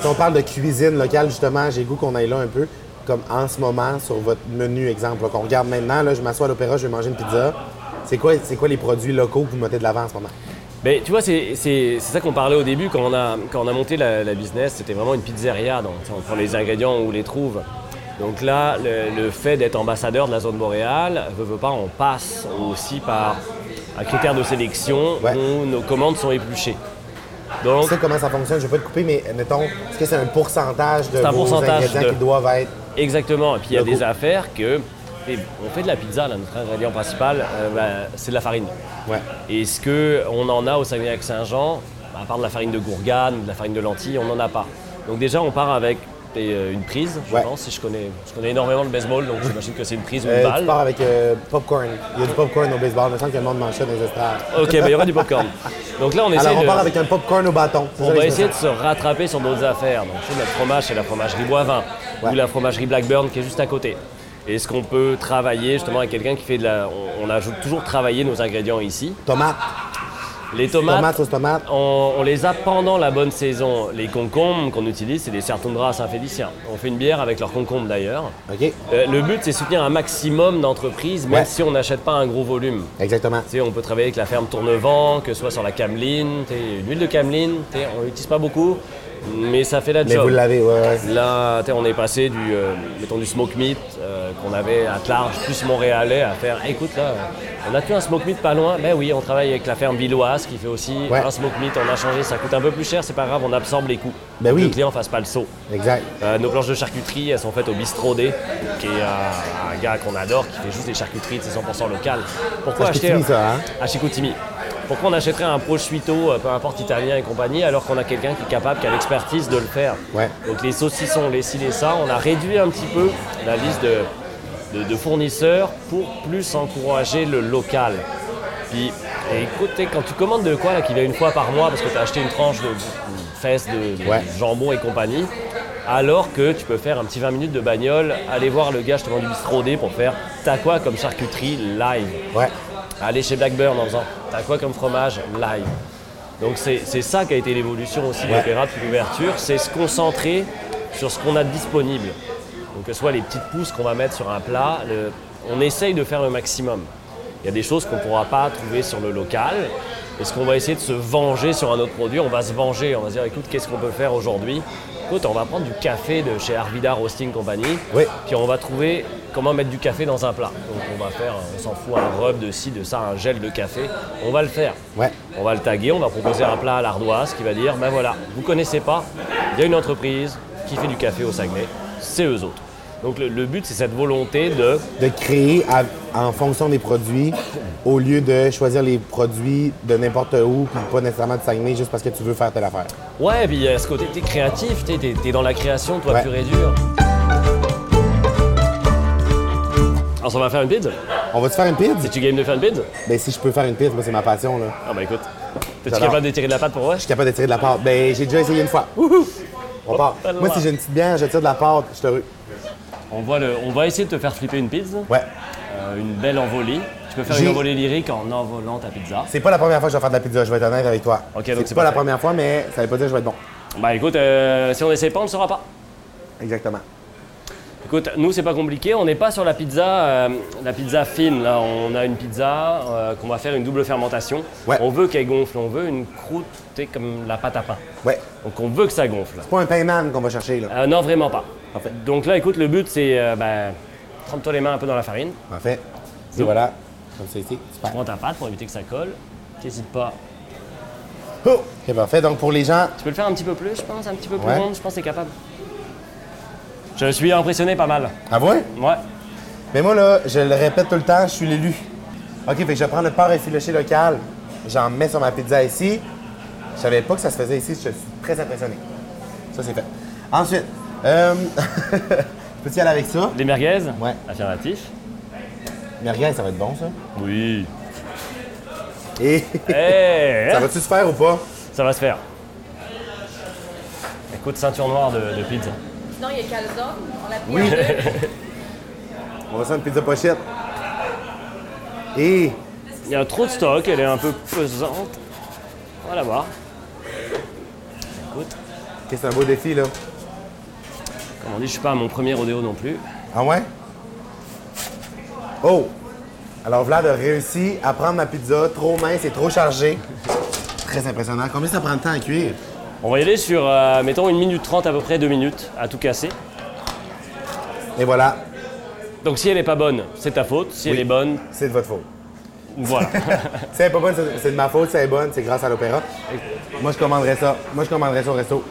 Speaker 1: Si on parle de cuisine locale, justement, j'ai goût qu'on aille là un peu, comme en ce moment, sur votre menu, exemple, là, qu'on regarde maintenant, là, je m'assois à l'opéra, je vais manger une pizza. C'est quoi, c'est quoi les produits locaux que vous mettez de l'avant en ce moment?
Speaker 7: Ben, tu vois, c'est c'est- c'est ça qu'on parlait au début quand on a, quand on a monté la, la business. C'était vraiment une pizzeria. Donc, tu sais, on prend les ingrédients, où on les trouve. Donc là, le, le fait d'être ambassadeur de la zone boréale, veut, veut pas, on passe aussi par un critère de sélection
Speaker 1: Ouais.
Speaker 7: où nos commandes sont épluchées. Donc,
Speaker 1: Tu sais comment ça fonctionne? Je vais pas te couper, mais mettons, est-ce que c'est un pourcentage de
Speaker 7: C'est un
Speaker 1: vos
Speaker 7: pourcentage
Speaker 1: ingrédients
Speaker 7: de-
Speaker 1: qui doivent être...
Speaker 7: Exactement. Et puis il y a
Speaker 1: Le
Speaker 7: des
Speaker 1: goût.
Speaker 7: affaires que. et on fait de la pizza, là, notre ingrédient principal, euh, ben, c'est de la farine.
Speaker 1: Ouais.
Speaker 7: Est-ce qu'on en a au Saguenay-Lac-Saint-Jean Bah, À part de la farine de gourgane, de la farine de lentilles, on n'en a pas. Donc déjà, on part avec euh, une prise, je
Speaker 1: Ouais.
Speaker 7: pense, si je connais, je connais énormément le baseball, donc j'imagine que c'est une prise ou une
Speaker 1: Euh, tu
Speaker 7: balle.
Speaker 1: pars avec euh, popcorn. Il y a du popcorn au baseball. Il me semble que le monde mange ça dans les estrades.
Speaker 7: Ok, ben, il y aura du popcorn. Donc là, on essaie
Speaker 1: Alors, on
Speaker 7: de-
Speaker 1: part avec un popcorn au bâton. C'est
Speaker 7: On
Speaker 1: ça
Speaker 7: va
Speaker 1: l'expression.
Speaker 7: essayer de se rattraper sur d'autres affaires. Donc, tu sais, notre fromage, c'est la fromagerie Boivin
Speaker 1: Ouais.
Speaker 7: ou la fromagerie Blackburn qui est juste à côté. Est-ce qu'on peut travailler justement avec quelqu'un qui fait de la. On, on ajoute toujours travailler nos ingrédients ici.
Speaker 1: Tomate.
Speaker 7: Les tomates,
Speaker 1: Tomates, sauce tomate.
Speaker 7: on, on les a pendant la bonne saison. Les concombres qu'on utilise, c'est des Sertundra à Saint-Félicien. hein, On fait une bière avec leurs concombres d'ailleurs.
Speaker 1: OK?
Speaker 7: Euh, le but, c'est soutenir un maximum d'entreprises, même
Speaker 1: Ouais.
Speaker 7: si on n'achète pas un gros volume.
Speaker 1: Exactement.
Speaker 7: Tu sais, on peut travailler avec la ferme Tournevent, que ce soit sur la cameline, tu sais, une huile de cameline, tu sais, on l'utilise pas beaucoup, mais ça fait la
Speaker 1: Mais
Speaker 7: job.
Speaker 1: vous l'avez, ouais, ouais.
Speaker 7: Là, tu sais, on est passé du, euh, mettons, du smoke meat euh, qu'on avait à large, plus montréalais, à faire Hey, écoute, là, on a tué un smoke meat pas loin. Ben oui, on travaille avec la ferme villoise qui fait aussi
Speaker 1: Ouais.
Speaker 7: un smoke meat. On a changé, ça coûte un peu plus cher, c'est pas grave, on absorbe les coûts.
Speaker 1: Ben oui.
Speaker 7: Le client fasse pas le saut.
Speaker 1: Exact.
Speaker 7: Euh, nos planches de charcuterie, elles sont faites au Bistro D, qui est euh, un gars qu'on adore, qui fait juste des charcuteries de 100% locales.
Speaker 1: À
Speaker 7: Pourquoi acheter
Speaker 1: Chicoutimi, ça, hein?
Speaker 7: à Chicoutimi. Pourquoi on achèterait un prosciutto, euh, peu importe italien et compagnie, alors qu'on a quelqu'un qui est capable, qui a l'expertise de le faire
Speaker 1: Ouais.
Speaker 7: Donc les saucissons, les ci, les ça, on a réduit un petit peu la liste de, de- de fournisseurs pour plus encourager le local. Puis, et écoute, t'sais, quand tu commandes de quoi là, qui vient une fois par mois parce que tu as acheté une tranche de de fesses de, de
Speaker 1: Ouais.
Speaker 7: jambon et compagnie, alors que tu peux faire un petit 20 minutes de bagnole, aller voir le gars justement du bistrot D pour faire t'as quoi comme charcuterie live
Speaker 1: Ouais.
Speaker 7: aller chez Blackburn en faisant t'as quoi comme fromage live. Donc c'est c'est ça qui a été l'évolution aussi de
Speaker 1: Ouais.
Speaker 7: l'opéra depuis l'ouverture, c'est se concentrer sur ce qu'on a de disponible. Donc que ce soit les petites pousses qu'on va mettre sur un plat, le- on essaye de faire le maximum. Il y a des choses qu'on ne pourra pas trouver sur le local. Est-ce qu'on va essayer de se venger sur un autre produit On va se venger, on va se dire écoute, qu'est-ce qu'on peut faire aujourd'hui Écoute, on va prendre du café de chez Arvida Roasting Company.
Speaker 1: Oui.
Speaker 7: Puis on va trouver comment mettre du café dans un plat. Donc on va faire, on s'en fout, un rub de ci, de ça, un gel de café. On va le faire.
Speaker 1: Ouais.
Speaker 7: On va le taguer, on va proposer un plat à l'ardoise qui va dire, ben voilà, vous connaissez pas, il y a une entreprise qui fait du café au Saguenay, c'est eux autres. Donc le, le but, c'est cette volonté de...
Speaker 1: De créer à- en fonction des produits au lieu de choisir les produits de n'importe où puis pas nécessairement de Saguenay juste parce que tu veux faire telle affaire.
Speaker 7: Ouais, et puis il y a ce côté, t'es créatif, t'es, t'es- t'es dans la création, toi,
Speaker 1: Ouais.
Speaker 7: pur et dur. Alors, on va faire une pizza
Speaker 1: On va-tu faire une pizza?
Speaker 7: C'est-tu game de faire une pizza
Speaker 1: Ben, si je peux faire une pizza, moi, c'est ma passion, là.
Speaker 7: Ah bah écoute, t'es-tu
Speaker 1: J'adore.
Speaker 7: capable de tirer de la pâte pour moi
Speaker 1: Je suis capable de tirer de la pâte. Ben, j'ai déjà essayé une fois. Wouhou! On
Speaker 7: Oh,
Speaker 1: part. Moi, si j'ai une petite bière, je tire de la pâte, je suis heureux.
Speaker 7: On va, le- on va essayer de te faire flipper une pizza.
Speaker 1: Ouais.
Speaker 7: Euh, une belle envolée. Tu peux faire
Speaker 1: J'ai-
Speaker 7: une envolée lyrique en envolant ta pizza.
Speaker 1: C'est pas la première fois que je vais faire de la pizza, je vais être honnête avec toi.
Speaker 7: Ok, donc c'est
Speaker 1: pas la
Speaker 7: parfait.
Speaker 1: première fois, mais ça veut pas dire que je vais être bon.
Speaker 7: Bah écoute, euh, si on essaye pas, on ne saura pas.
Speaker 1: Exactement.
Speaker 7: Écoute, nous c'est pas compliqué, on n'est pas sur la pizza, euh, la pizza fine. Là, on a une pizza euh, qu'on va faire une double fermentation.
Speaker 1: Ouais.
Speaker 7: On veut qu'elle gonfle, on veut une croûte, tu sais, comme la pâte à pain.
Speaker 1: Ouais.
Speaker 7: Donc on veut que ça gonfle.
Speaker 1: Pas un pain man qu'on va chercher, là.
Speaker 7: Euh, non, vraiment pas. Donc là, écoute, le but c'est, euh, ben, trempe-toi les mains un peu dans la farine.
Speaker 1: En fait, c'est
Speaker 7: Nous.
Speaker 1: voilà. Comme ça ici. Super.
Speaker 7: Prends ta pâte pour éviter que ça colle. T'hésites pas.
Speaker 1: Oh! Ok, parfait. Donc, pour les gens,
Speaker 7: Tu peux le faire un petit peu plus, je pense, un petit peu plus
Speaker 1: Ouais.
Speaker 7: ronde, je pense que t'es capable. Je suis impressionné pas mal.
Speaker 1: à vous, hein?
Speaker 7: Ouais.
Speaker 1: Mais moi, là, je le répète tout le temps, je suis l'élu. OK, fait que je prends le porc effiloché local, j'en mets sur ma pizza ici. Je savais pas que ça se faisait ici, je suis très impressionné. Ça, c'est fait. Ensuite, euh... peux-tu y aller avec ça?
Speaker 7: Les merguez
Speaker 1: Ouais.
Speaker 7: Affirmatif.
Speaker 1: Mais regarde, ça va être bon, ça.
Speaker 7: Oui.
Speaker 1: Et
Speaker 7: Hey,
Speaker 1: ça va-tu se faire ou pas?
Speaker 7: Ça va se faire. Écoute, ceinture noire de, de pizza.
Speaker 4: Sinon, il y a calzone. On l'a
Speaker 1: Oui. On va faire une pizza pochette. Et
Speaker 7: Il y a trop de stock, elle est un peu pesante. On va la voir. Écoute,
Speaker 1: Ok, c'est un beau défi, là.
Speaker 7: comme on dit, je suis pas à mon premier rodéo non plus.
Speaker 1: Ah ouais? Oh! Alors Vlad a réussi à prendre ma pizza trop mince et trop chargée. Très impressionnant. Combien ça prend de temps à cuire?
Speaker 7: On va y aller sur, euh, mettons, 1 minute 30 à peu près, 2 minutes, à tout casser.
Speaker 1: Et voilà,
Speaker 7: Donc si elle est pas bonne, c'est ta faute. Si elle est bonne,
Speaker 1: c'est de votre faute.
Speaker 7: voilà.
Speaker 1: Si elle est pas bonne, c'est- c'est de ma faute. Si elle est bonne, c'est grâce à l'opéra. Moi, je commanderais ça. Moi, je commanderais ça au resto.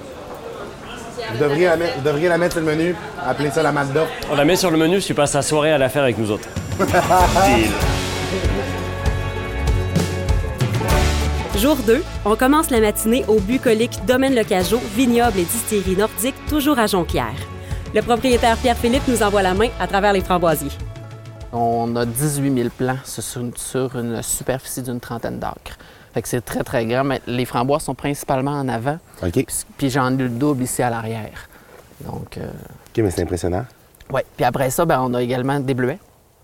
Speaker 1: Vous devriez, la mettre, vous devriez la mettre sur le menu, appeler ça la Mazda.
Speaker 7: on la met sur le menu, tu passes la soirée à la faire avec nous autres. Deal.
Speaker 2: Jour 2, on commence la matinée au bucolique Domaine Locageau, vignoble et distillerie nordique, toujours à Jonquière. Le propriétaire Pierre-Philippe nous envoie la main à travers les framboisiers.
Speaker 8: On a 18 000 plants sur une, sur une superficie d'une trentaine d'acres. Fait que c'est très, très grand, mais les framboises sont principalement en avant,
Speaker 1: OK.
Speaker 8: puis- puis j'en ai le double ici à l'arrière. Donc, euh,
Speaker 1: OK, mais c'est impressionnant.
Speaker 8: ouais. Puis après ça, ben, on a également des bleuets.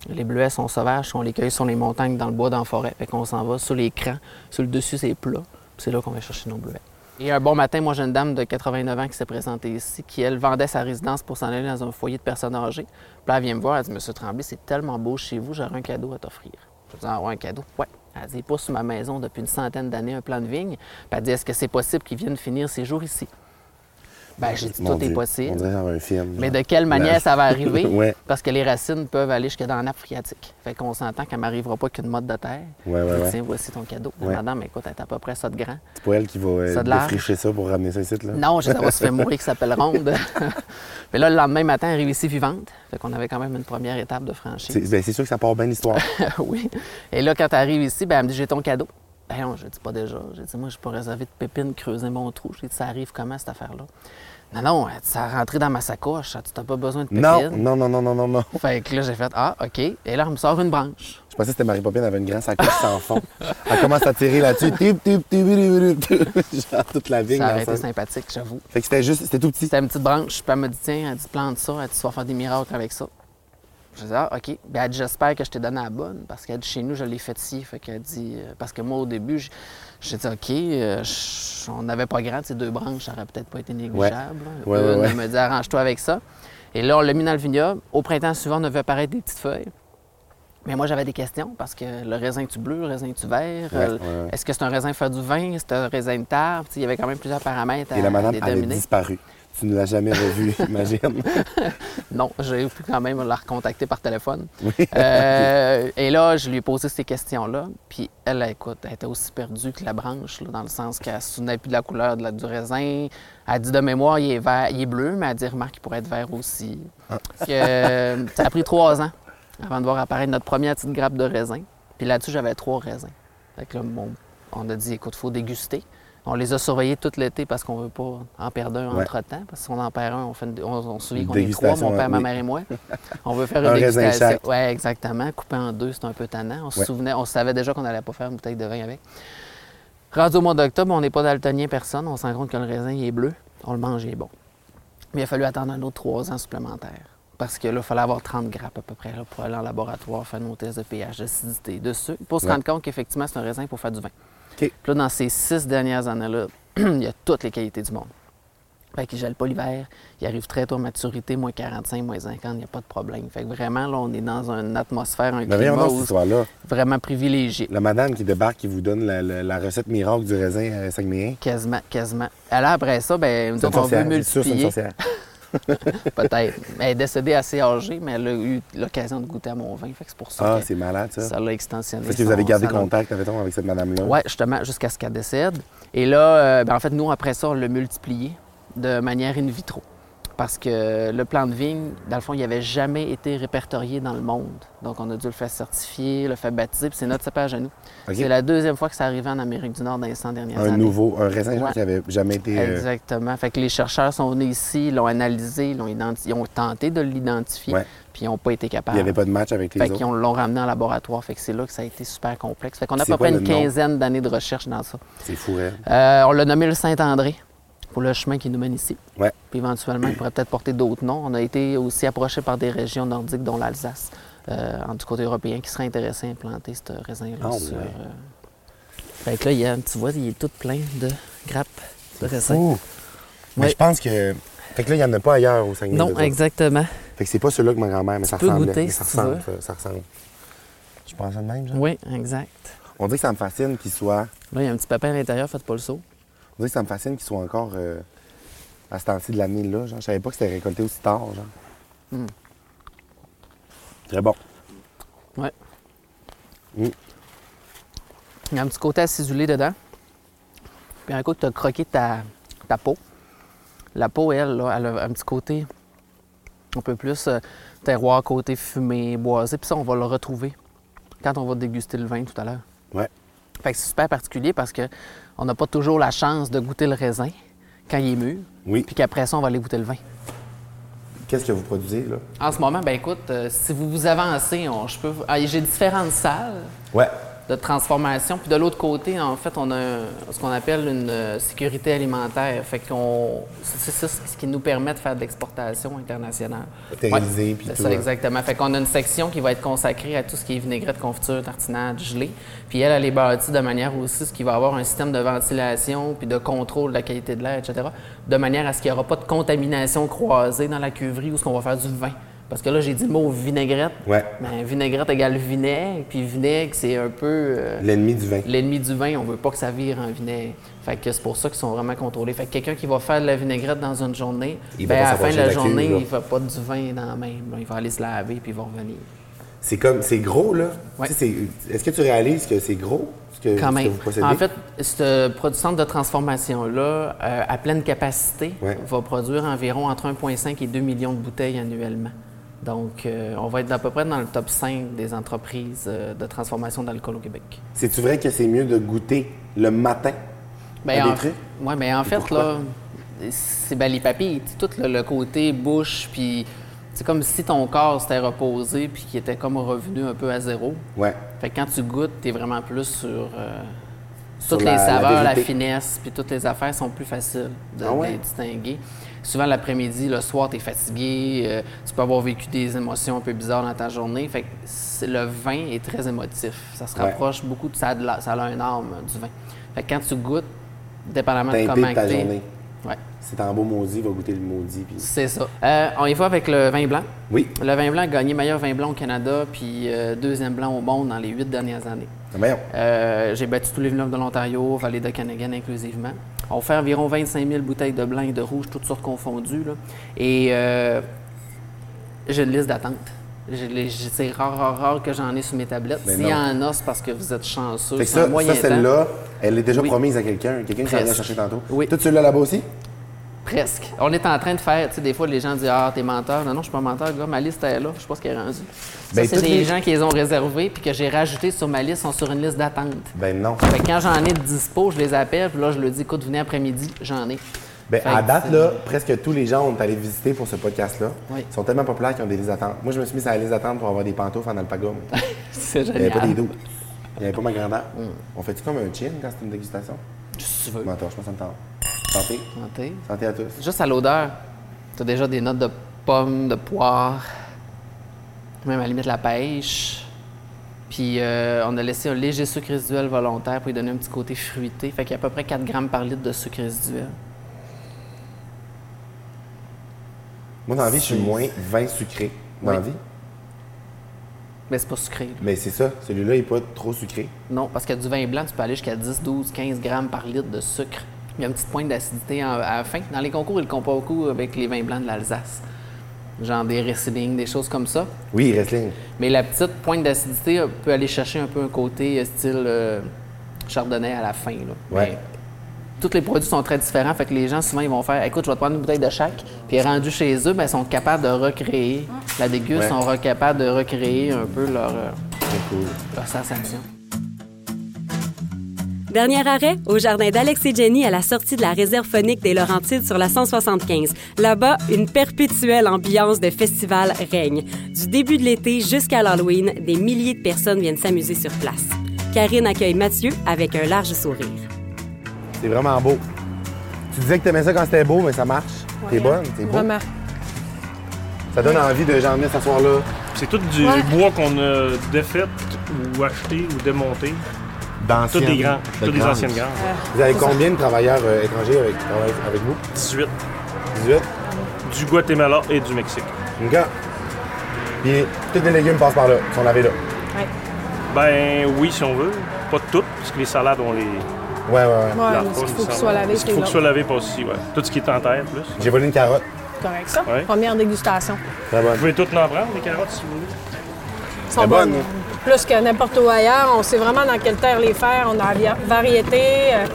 Speaker 8: Les bleuets sont sauvages, on les cueille sur les montagnes, dans le bois, dans la forêt. Fait qu'on s'en va sur les crans, sur le dessus, c'est plat. Puis c'est là qu'on va chercher nos bleuets. Et un bon matin, moi, j'ai une dame de 89 ans qui s'est présentée ici, qui, elle, vendait sa résidence pour s'en aller dans un foyer de personnes âgées. Puis là, elle vient me voir, elle dit Monsieur Tremblay, c'est tellement beau chez vous, j'aurais un cadeau à t'offrir. Je dis Ah, ouais, un cadeau Ouais. Elle dit Il pousse sur ma maison depuis une centaine d'années un plan de vigne. Puis elle dit Est-ce que c'est possible qu'il vienne finir ses jours ici Ben, j'ai dit
Speaker 1: Mon
Speaker 8: Tout est
Speaker 1: Dieu, On
Speaker 8: possible.
Speaker 1: dirait genre un film.
Speaker 8: Mais
Speaker 1: genre.
Speaker 8: de quelle manière
Speaker 1: Là.
Speaker 8: ça va arriver?
Speaker 1: Ouais.
Speaker 8: Parce que les racines peuvent aller jusque dans la nappe phréatique. Fait qu'on s'entend qu'elle m'arrivera pas qu'une motte de terre.
Speaker 1: Ouais, ouais,
Speaker 8: Je dis,
Speaker 1: ouais.
Speaker 8: Tiens, voici ton cadeau.
Speaker 1: Ouais.
Speaker 8: Madame, écoute, elle est à peu près ça de grand.
Speaker 1: C'est pas elle qui va euh,
Speaker 8: Ça a de l'air.
Speaker 1: défricher ça pour ramener ça ici, là?
Speaker 8: Non, je sais pas, se fait mourir qui s'appelle Ronde. Mais là, le lendemain matin, elle arrive ici vivante. Fait qu'on avait quand même une première étape de franchie.
Speaker 1: C'est ben, c'est sûr que ça part bien l'histoire.
Speaker 8: oui. Et là, quand elle arrive ici, ben, elle me dit J'ai ton cadeau. Ben non, je dis pas déjà. J'ai dit Moi, je suis pas réservé de pépines, creuser mon trou. J'ai dit Ça arrive comment, cette affaire-là Non, non, elle dit, ça a rentré dans ma sacoche. Tu n'as pas besoin de pépines.
Speaker 1: non, non, non, non, non, non, non.
Speaker 8: Fait que là, j'ai fait Ah, OK. Et là, elle me sort une branche.
Speaker 1: Je pensais que c'était Marie Popine, elle avait une grande sacoche sans fond. Elle commence à tirer là-dessus. Tip, tip, tip, tip, tip, tip. Genre toute la vigne
Speaker 8: Ça
Speaker 1: dans
Speaker 8: aurait été
Speaker 1: ça.
Speaker 8: sympathique, j'avoue.
Speaker 1: Fait que c'était juste, c'était tout petit.
Speaker 8: C'était une petite branche. Puis elle m'a dit Tiens, elle dit plante ça, elle dit tu vas faire des miracles avec ça. Je dis Ah, OK. Bien, elle dit J'espère que je t'ai donné la bonne. Parce qu'elle dit Chez nous, je l'ai fait ici. Fait qu'elle dit euh, Parce que moi, au début, je- j'ai dit OK, euh, je- on n'avait pas grand, ces deux branches, ça aurait peut-être pas été négligeable. là.
Speaker 1: Ouais, ouais,
Speaker 8: Une,
Speaker 1: ouais.
Speaker 8: Elle me dit Arrange-toi avec ça. Et là, on l'a mis dans le vignoble. Au printemps suivant, on avait apparaître des petites feuilles. Mais moi, j'avais des questions parce que le raisin tu bleu, le raisin tu vert,
Speaker 1: Ouais,
Speaker 8: euh,
Speaker 1: ouais, ouais.
Speaker 8: est-ce que c'est un raisin fait du vin, c'est un raisin de table? Tu sais, Il y avait quand même plusieurs paramètres à,
Speaker 1: Et la
Speaker 8: à
Speaker 1: madame, elle a
Speaker 8: déterminer.
Speaker 1: disparu. Tu ne l'as jamais revue, imagine.
Speaker 8: Non, j'ai pu quand même la recontacter par téléphone. Euh, et là, je lui ai posé ces questions-là. Puis elle, écoute, elle était aussi perdue que la branche, là, dans le sens qu'elle se souvenait plus de la couleur de la, du raisin. Elle dit de mémoire, il est, vert, il est bleu, mais elle dit, remarque, il pourrait être vert aussi. Que, euh, ça a pris trois ans avant de voir apparaître notre première petite grappe de raisin. Puis là-dessus, j'avais trois raisins. Fait que là, bon, on a dit, écoute, faut déguster. On les a surveillés tout l'été parce qu'on veut pas en perdre un
Speaker 1: Ouais.
Speaker 8: entre-temps. Parce que si on en perd un, on, fait une- on, on se souvient
Speaker 1: Une
Speaker 8: qu'on est trois,
Speaker 1: dégustation,
Speaker 8: mon père, ma
Speaker 1: oui.
Speaker 8: mère et moi. On veut faire
Speaker 1: Un
Speaker 8: une
Speaker 1: raisin
Speaker 8: dégustation.
Speaker 1: chaque.
Speaker 8: Oui, exactement. Coupé en deux, c'est un peu tannant. On se
Speaker 1: Ouais.
Speaker 8: souvenait, on savait déjà qu'on n'allait pas faire une bouteille de vin avec. Rendu au mois d'octobre, on n'est pas daltonien personne. On se rend compte que le raisin il est bleu. On le mange, il est bon. Mais il a fallu attendre un autre trois ans supplémentaires. Parce que là, il fallait avoir 30 grappes à peu près là, pour aller en laboratoire, faire nos tests de pH, d'acidité, de sucre, pour se
Speaker 1: Ouais.
Speaker 8: rendre compte qu'effectivement, c'est un raisin pour faire du vin.
Speaker 1: OK.
Speaker 8: Puis là, dans ces six dernières années-là, il y a toutes les qualités du monde. Fait qu'il gèle pas l'hiver, il arrive très tôt à maturité, moins 45, moins 50, il n'y a pas de problème. Fait que vraiment, là, on est dans une atmosphère, un
Speaker 1: Mais voyons
Speaker 8: climat
Speaker 1: donc cette
Speaker 8: où-
Speaker 1: histoire-là.
Speaker 8: vraiment privilégié.
Speaker 1: La madame qui débarque, qui vous donne la, la- la recette miracle du raisin euh, saguenéen.
Speaker 8: Quasiment, quasiment. Alors après ça, ben, nous
Speaker 1: C'est une
Speaker 8: autres, on
Speaker 1: sorcière. C'est
Speaker 8: veut
Speaker 1: sûr, c'est une
Speaker 8: multiplier.
Speaker 1: sorcière.
Speaker 8: Peut-être. Elle est décédée assez âgée, mais elle a eu l'occasion de goûter à mon vin. Fait que c'est pour ça
Speaker 1: Ah,
Speaker 8: que
Speaker 1: c'est malade, ça.
Speaker 8: ça l'a extensionné.
Speaker 1: Fait que vous avez
Speaker 8: son-
Speaker 1: gardé
Speaker 8: ça l'a-
Speaker 1: contact, admettons, avec cette madame-là.
Speaker 8: Oui, justement, jusqu'à ce qu'elle décède. Et là, euh, ben, en fait, nous, après ça, on l'a multiplié de manière in vitro. Parce que le plan de vigne, dans le fond, il n'avait jamais été répertorié dans le monde. Donc, on a dû le faire certifier, le faire baptiser, puis c'est notre cépage à nous.
Speaker 1: OK.
Speaker 8: C'est la deuxième fois que ça arrivait en Amérique du Nord dans les 100 dernières
Speaker 1: Un
Speaker 8: années.
Speaker 1: nouveau, un raisin genre,
Speaker 8: Ouais.
Speaker 1: qui n'avait jamais été. euh,
Speaker 8: Exactement. Fait que les chercheurs sont venus ici, ils l'ont analysé, ils l'ont identi- ils ont tenté de l'identifier,
Speaker 1: Ouais.
Speaker 8: puis ils n'ont pas été
Speaker 1: Il
Speaker 8: capables.
Speaker 1: n'y avait pas de match avec les
Speaker 8: Fait
Speaker 1: autres.
Speaker 8: qu'ils ont- l'ont ramené en laboratoire. Fait que c'est là que ça a été super complexe. Fait qu'on a à
Speaker 1: C'est
Speaker 8: peu
Speaker 1: quoi
Speaker 8: près
Speaker 1: le
Speaker 8: une
Speaker 1: nom?
Speaker 8: quinzaine d'années de recherche dans ça.
Speaker 1: C'est fou, raide.
Speaker 8: Euh, on l'a nommé le Saint-André pour le chemin qui nous mène ici.
Speaker 1: Ouais.
Speaker 8: Puis éventuellement, il pourrait peut-être porter d'autres noms. On a été aussi approché par des régions nordiques, dont l'Alsace, euh, en- du côté européen, qui serait intéressé à implanter ce raisin-là.
Speaker 1: Ah,
Speaker 8: sur,
Speaker 1: ouais.
Speaker 8: euh, Fait que là, il y a, tu vois, il est tout plein de grappes de raisin.
Speaker 1: Ouh. Mais
Speaker 8: Ouais.
Speaker 1: je pense que. Fait que là, il n'y en a pas ailleurs au Saguenay.
Speaker 8: Non,
Speaker 1: de ça.
Speaker 8: exactement.
Speaker 1: Fait que c'est pas celui-là que ma grand-mère, mais ça
Speaker 8: peux
Speaker 1: ressemble.
Speaker 8: goûter,
Speaker 1: ça
Speaker 8: si tu veux.
Speaker 1: ressemble, ça, ça ressemble. Je pense ça de même, genre.
Speaker 8: Oui, exact.
Speaker 1: On dirait que ça me fascine qu'il soit.
Speaker 8: Là, il y a un petit papier à l'intérieur, faites pas le saut.
Speaker 1: On dirait que ça me fascine qu'il soit encore euh, à ce temps-ci de l'année là. Genre. Je savais pas que c'était récolté aussi tard, genre.
Speaker 8: Hmm.
Speaker 1: Très bon.
Speaker 8: Ouais.
Speaker 1: Mm.
Speaker 8: Il y a un petit côté acidulé dedans. Puis un coup, tu as croqué ta, ta peau. La peau, elle, là, elle a un petit côté un peu plus euh, terroir, côté fumé, boisé. Puis ça, on va le retrouver quand on va déguster le vin tout à l'heure.
Speaker 1: Ouais.
Speaker 8: Fait que c'est super particulier parce que on n'a pas toujours la chance de goûter le raisin quand il est mûr,
Speaker 1: Oui.
Speaker 8: puis qu'après ça, on va aller goûter le vin.
Speaker 1: Qu'est-ce que vous produisez là?
Speaker 8: En ce moment, ben écoute, euh, si vous vous avancez, on- je peux. vous- ah, J'ai différentes salles.
Speaker 1: Ouais.
Speaker 8: de transformation. Puis de l'autre côté, en fait, on a un- ce qu'on appelle une euh, sécurité alimentaire. Fait qu'on, c'est c'est ça ce qui nous permet de faire de l'exportation internationale.
Speaker 1: Stériliser, puis
Speaker 8: c'est
Speaker 1: tout,
Speaker 8: ça,
Speaker 1: hein.
Speaker 8: exactement. Fait qu'on a une section qui va être consacrée à tout ce qui est vinaigrette, confiture, tartinade, gelée. Puis elle, elle est bâtie de manière aussi, ce qui va avoir un système de ventilation puis de contrôle de la qualité de l'air, etc. De manière à ce qu'il n'y aura pas de contamination croisée dans la cuverie où ce qu'on va faire du vin. Parce que là, j'ai dit le mot vinaigrette.
Speaker 1: Ouais.
Speaker 8: Ben, vinaigrette égale vinaigre, puis vinaigre, c'est un peu euh,
Speaker 1: L'ennemi du vin.
Speaker 8: l'ennemi du vin. On veut pas que ça vire en vinaigre. Fait que c'est pour ça qu'ils sont vraiment contrôlés. Fait que quelqu'un qui va faire de la vinaigrette dans une journée,
Speaker 1: Il va
Speaker 8: ben,
Speaker 1: pas
Speaker 8: à la fin
Speaker 1: s'approcher de
Speaker 8: de la
Speaker 1: la cuve,
Speaker 8: journée,
Speaker 1: là.
Speaker 8: il va pas du vin dans la main. Ben, Il va aller se laver, puis il va revenir.
Speaker 1: C'est comme, c'est gros, là.
Speaker 8: Ouais.
Speaker 1: Tu sais, c'est- Est-ce que tu réalises que c'est gros, ce que,
Speaker 8: Quand
Speaker 1: ce que
Speaker 8: même.
Speaker 1: vous possédez?
Speaker 8: En fait, ce produ- centre de transformation-là, euh, à pleine capacité,
Speaker 1: Ouais.
Speaker 8: va produire environ entre 1,5 et 2 millions de bouteilles annuellement. Donc, euh, on va être à peu près dans le top 5 des entreprises euh, de transformation d'alcool au Québec.
Speaker 1: C'est-tu vrai que c'est mieux de goûter le matin
Speaker 8: Ben,
Speaker 1: à des
Speaker 8: en-
Speaker 1: trucs?
Speaker 8: ouais, mais en fait,
Speaker 1: pourquoi?
Speaker 8: là, c'est ben, les papilles, tu sais, tout le, le côté bouche, puis c'est comme si ton corps s'était reposé, puis qu'il était comme revenu un peu à zéro.
Speaker 1: Ouais.
Speaker 8: Fait que quand tu goûtes, t'es vraiment plus sur. euh, toutes
Speaker 1: la-
Speaker 8: les
Speaker 1: la
Speaker 8: saveurs, la,
Speaker 1: vérité.
Speaker 8: finesse, puis toutes les affaires sont plus faciles de,
Speaker 1: Ah ouais?
Speaker 8: de les distinguer. Souvent, l'après-midi, le soir, t'es fatigué, euh, tu peux avoir vécu des émotions un peu bizarres dans ta journée. Fait que c'est- le vin est très émotif. Ça se
Speaker 1: Ouais.
Speaker 8: rapproche beaucoup, de, ça, a de la- ça a une arme euh, du vin. Fait que quand tu goûtes, dépendamment
Speaker 1: Teinté
Speaker 8: de comment
Speaker 1: de ta
Speaker 8: que t'es-
Speaker 1: journée.
Speaker 8: Ouais,
Speaker 1: C'est un beau maudit, va goûter le maudit. Puis...
Speaker 8: c'est ça. Euh, on y va avec le vin blanc.
Speaker 1: Oui.
Speaker 8: Le vin blanc a gagné meilleur vin blanc au Canada, puis euh, deuxième blanc au monde dans les huit dernières années.
Speaker 1: Mais on-
Speaker 8: Euh, j'ai battu tous les vignobles de l'Ontario, vallée de Canagan inclusivement. On fait environ 25 000 bouteilles de blanc et de rouge, toutes sortes confondues. là. Et euh, j'ai une liste d'attente. Je l'ai- je- C'est rare, rare, rare que j'en ai sur mes tablettes.
Speaker 1: Mais
Speaker 8: S'il y
Speaker 1: non.
Speaker 8: en a, c'est parce que vous êtes chanceux.
Speaker 1: Fait que
Speaker 8: C'est un
Speaker 1: ça,
Speaker 8: moyen
Speaker 1: ça
Speaker 8: temps.
Speaker 1: celle-là, elle est déjà
Speaker 8: Oui.
Speaker 1: promise à quelqu'un. Quelqu'un qui s'en vient
Speaker 8: Presque.
Speaker 1: chercher tantôt.
Speaker 8: Oui.
Speaker 1: Tout celui-là là-bas aussi?
Speaker 8: Presque. On est en train de faire, tu sais, des fois, les gens disent Ah, t'es menteur. Non, non, je suis pas menteur, gars. Ma liste est là. Je sais pas ce qu'elle est rendue. Ça,
Speaker 1: Ben,
Speaker 8: c'est
Speaker 1: toutes
Speaker 8: des
Speaker 1: les-
Speaker 8: gens qui les ont réservés puis que j'ai rajouté sur ma liste, sont sur une liste d'attente.
Speaker 1: Ben non.
Speaker 8: Fait que quand j'en ai de dispo, je les appelle, puis là, je leur dis, écoute, venez après-midi, j'en ai.
Speaker 1: Ben,
Speaker 8: Fait
Speaker 1: à
Speaker 8: que
Speaker 1: date,
Speaker 8: c'est-
Speaker 1: là, presque tous les gens ont allé visiter pour ce podcast-là.
Speaker 8: Oui.
Speaker 1: Ils sont tellement populaires qu'ils ont des listes d'attente. Moi, je me suis mis sur la liste d'attente pour avoir des pantoufles en alpaga. moi.
Speaker 8: C'est
Speaker 1: Il n'y avait pas des
Speaker 8: génial.
Speaker 1: doux. Il n'y avait pas ma grandeur. On fait-tu comme un chin quand c'est une dégustation?
Speaker 8: Si tu veux.
Speaker 1: Bon, attends, je pense que ça me tente. Santé.
Speaker 8: Santé.
Speaker 1: Santé à tous.
Speaker 8: Juste à l'odeur, t'as déjà des notes de pommes, de poire, même à la limite la pêche. Puis euh, on a laissé un léger sucre résiduel volontaire pour lui donner un petit côté fruité. Fait qu'il y a à peu près 4 grammes par litre de sucre résiduel.
Speaker 1: Moi, dans la vie, je suis moins vin sucré. Dans la
Speaker 8: Oui.
Speaker 1: vie.
Speaker 8: Mais c'est pas sucré. là.
Speaker 1: Mais c'est ça. Celui-là, il n'est pas trop sucré.
Speaker 8: Non, parce que du vin blanc, tu peux aller jusqu'à 10, 12, 15 grammes par litre de sucre. Il y a une petite pointe d'acidité en- à la fin. Dans les concours, ils le comparent beaucoup avec les vins blancs de l'Alsace. Genre des Riesling, des choses comme ça.
Speaker 1: Oui, wrestling.
Speaker 8: Mais la petite pointe d'acidité euh, peut aller chercher un peu un côté euh, style euh, chardonnay à la fin. Là.
Speaker 1: Ouais.
Speaker 8: Mais tous les produits sont très différents. Fait que les gens, souvent, ils vont faire Écoute, je vais te prendre une bouteille de chaque. Puis rendus chez eux, ben, ils sont capables de recréer la déguste,
Speaker 1: Ouais.
Speaker 8: ils sont re- capables de recréer un peu leur, euh,
Speaker 1: Très cool.
Speaker 8: leur sensation.
Speaker 2: Dernier arrêt, au jardin d'Alex et Jenny à la sortie de la réserve phonique des Laurentides sur la 175. Là-bas, une perpétuelle ambiance de festival règne. Du début de l'été jusqu'à l'Halloween, des milliers de personnes viennent s'amuser sur place. Karine accueille Mathieu avec un large sourire.
Speaker 1: C'est vraiment beau. Tu disais que t'aimais ça quand c'était beau, mais ça marche. T'es bonne, t'es beau.
Speaker 4: Remarque.
Speaker 1: Ça donne envie de j'en venir s'asseoir là.
Speaker 9: C'est tout du
Speaker 4: Ouais.
Speaker 9: bois qu'on a défait ou acheté ou démonté.
Speaker 1: Dans
Speaker 9: Toutes des grands, toutes des anciennes grandes.
Speaker 1: Vous avez combien de travailleurs euh, étrangers avec, qui travaillent avec vous?
Speaker 9: 18.
Speaker 1: 18?
Speaker 9: Du Guatemala et du Mexique.
Speaker 1: OK. Puis tous les légumes passent par là, ils sont lavés là.
Speaker 9: Ben oui, si on veut. Pas toutes, parce que les salades, on les
Speaker 1: Ouais, ouais, ouais.
Speaker 4: Ouais,
Speaker 9: lave
Speaker 4: mais
Speaker 9: pas.
Speaker 4: il
Speaker 9: les
Speaker 4: faut qu'il
Speaker 9: salades.
Speaker 4: soit lavé,
Speaker 9: Ce qu'il
Speaker 4: c'est
Speaker 9: faut qu'il soit
Speaker 4: là.
Speaker 9: lavé pas aussi, ouais. Tout ce qui est en terre, plus. Vous
Speaker 1: J'ai volé une carotte.
Speaker 4: correct, ça.
Speaker 9: Ouais.
Speaker 4: Première dégustation.
Speaker 1: Très bonne.
Speaker 9: pouvez toutes en prendre, les carottes, si vous voulez.
Speaker 4: Elles sont
Speaker 1: Elle est bonne.
Speaker 4: bonnes. Plus que n'importe où ailleurs, on sait vraiment dans quelle terre les faire. On a la via- variété. euh,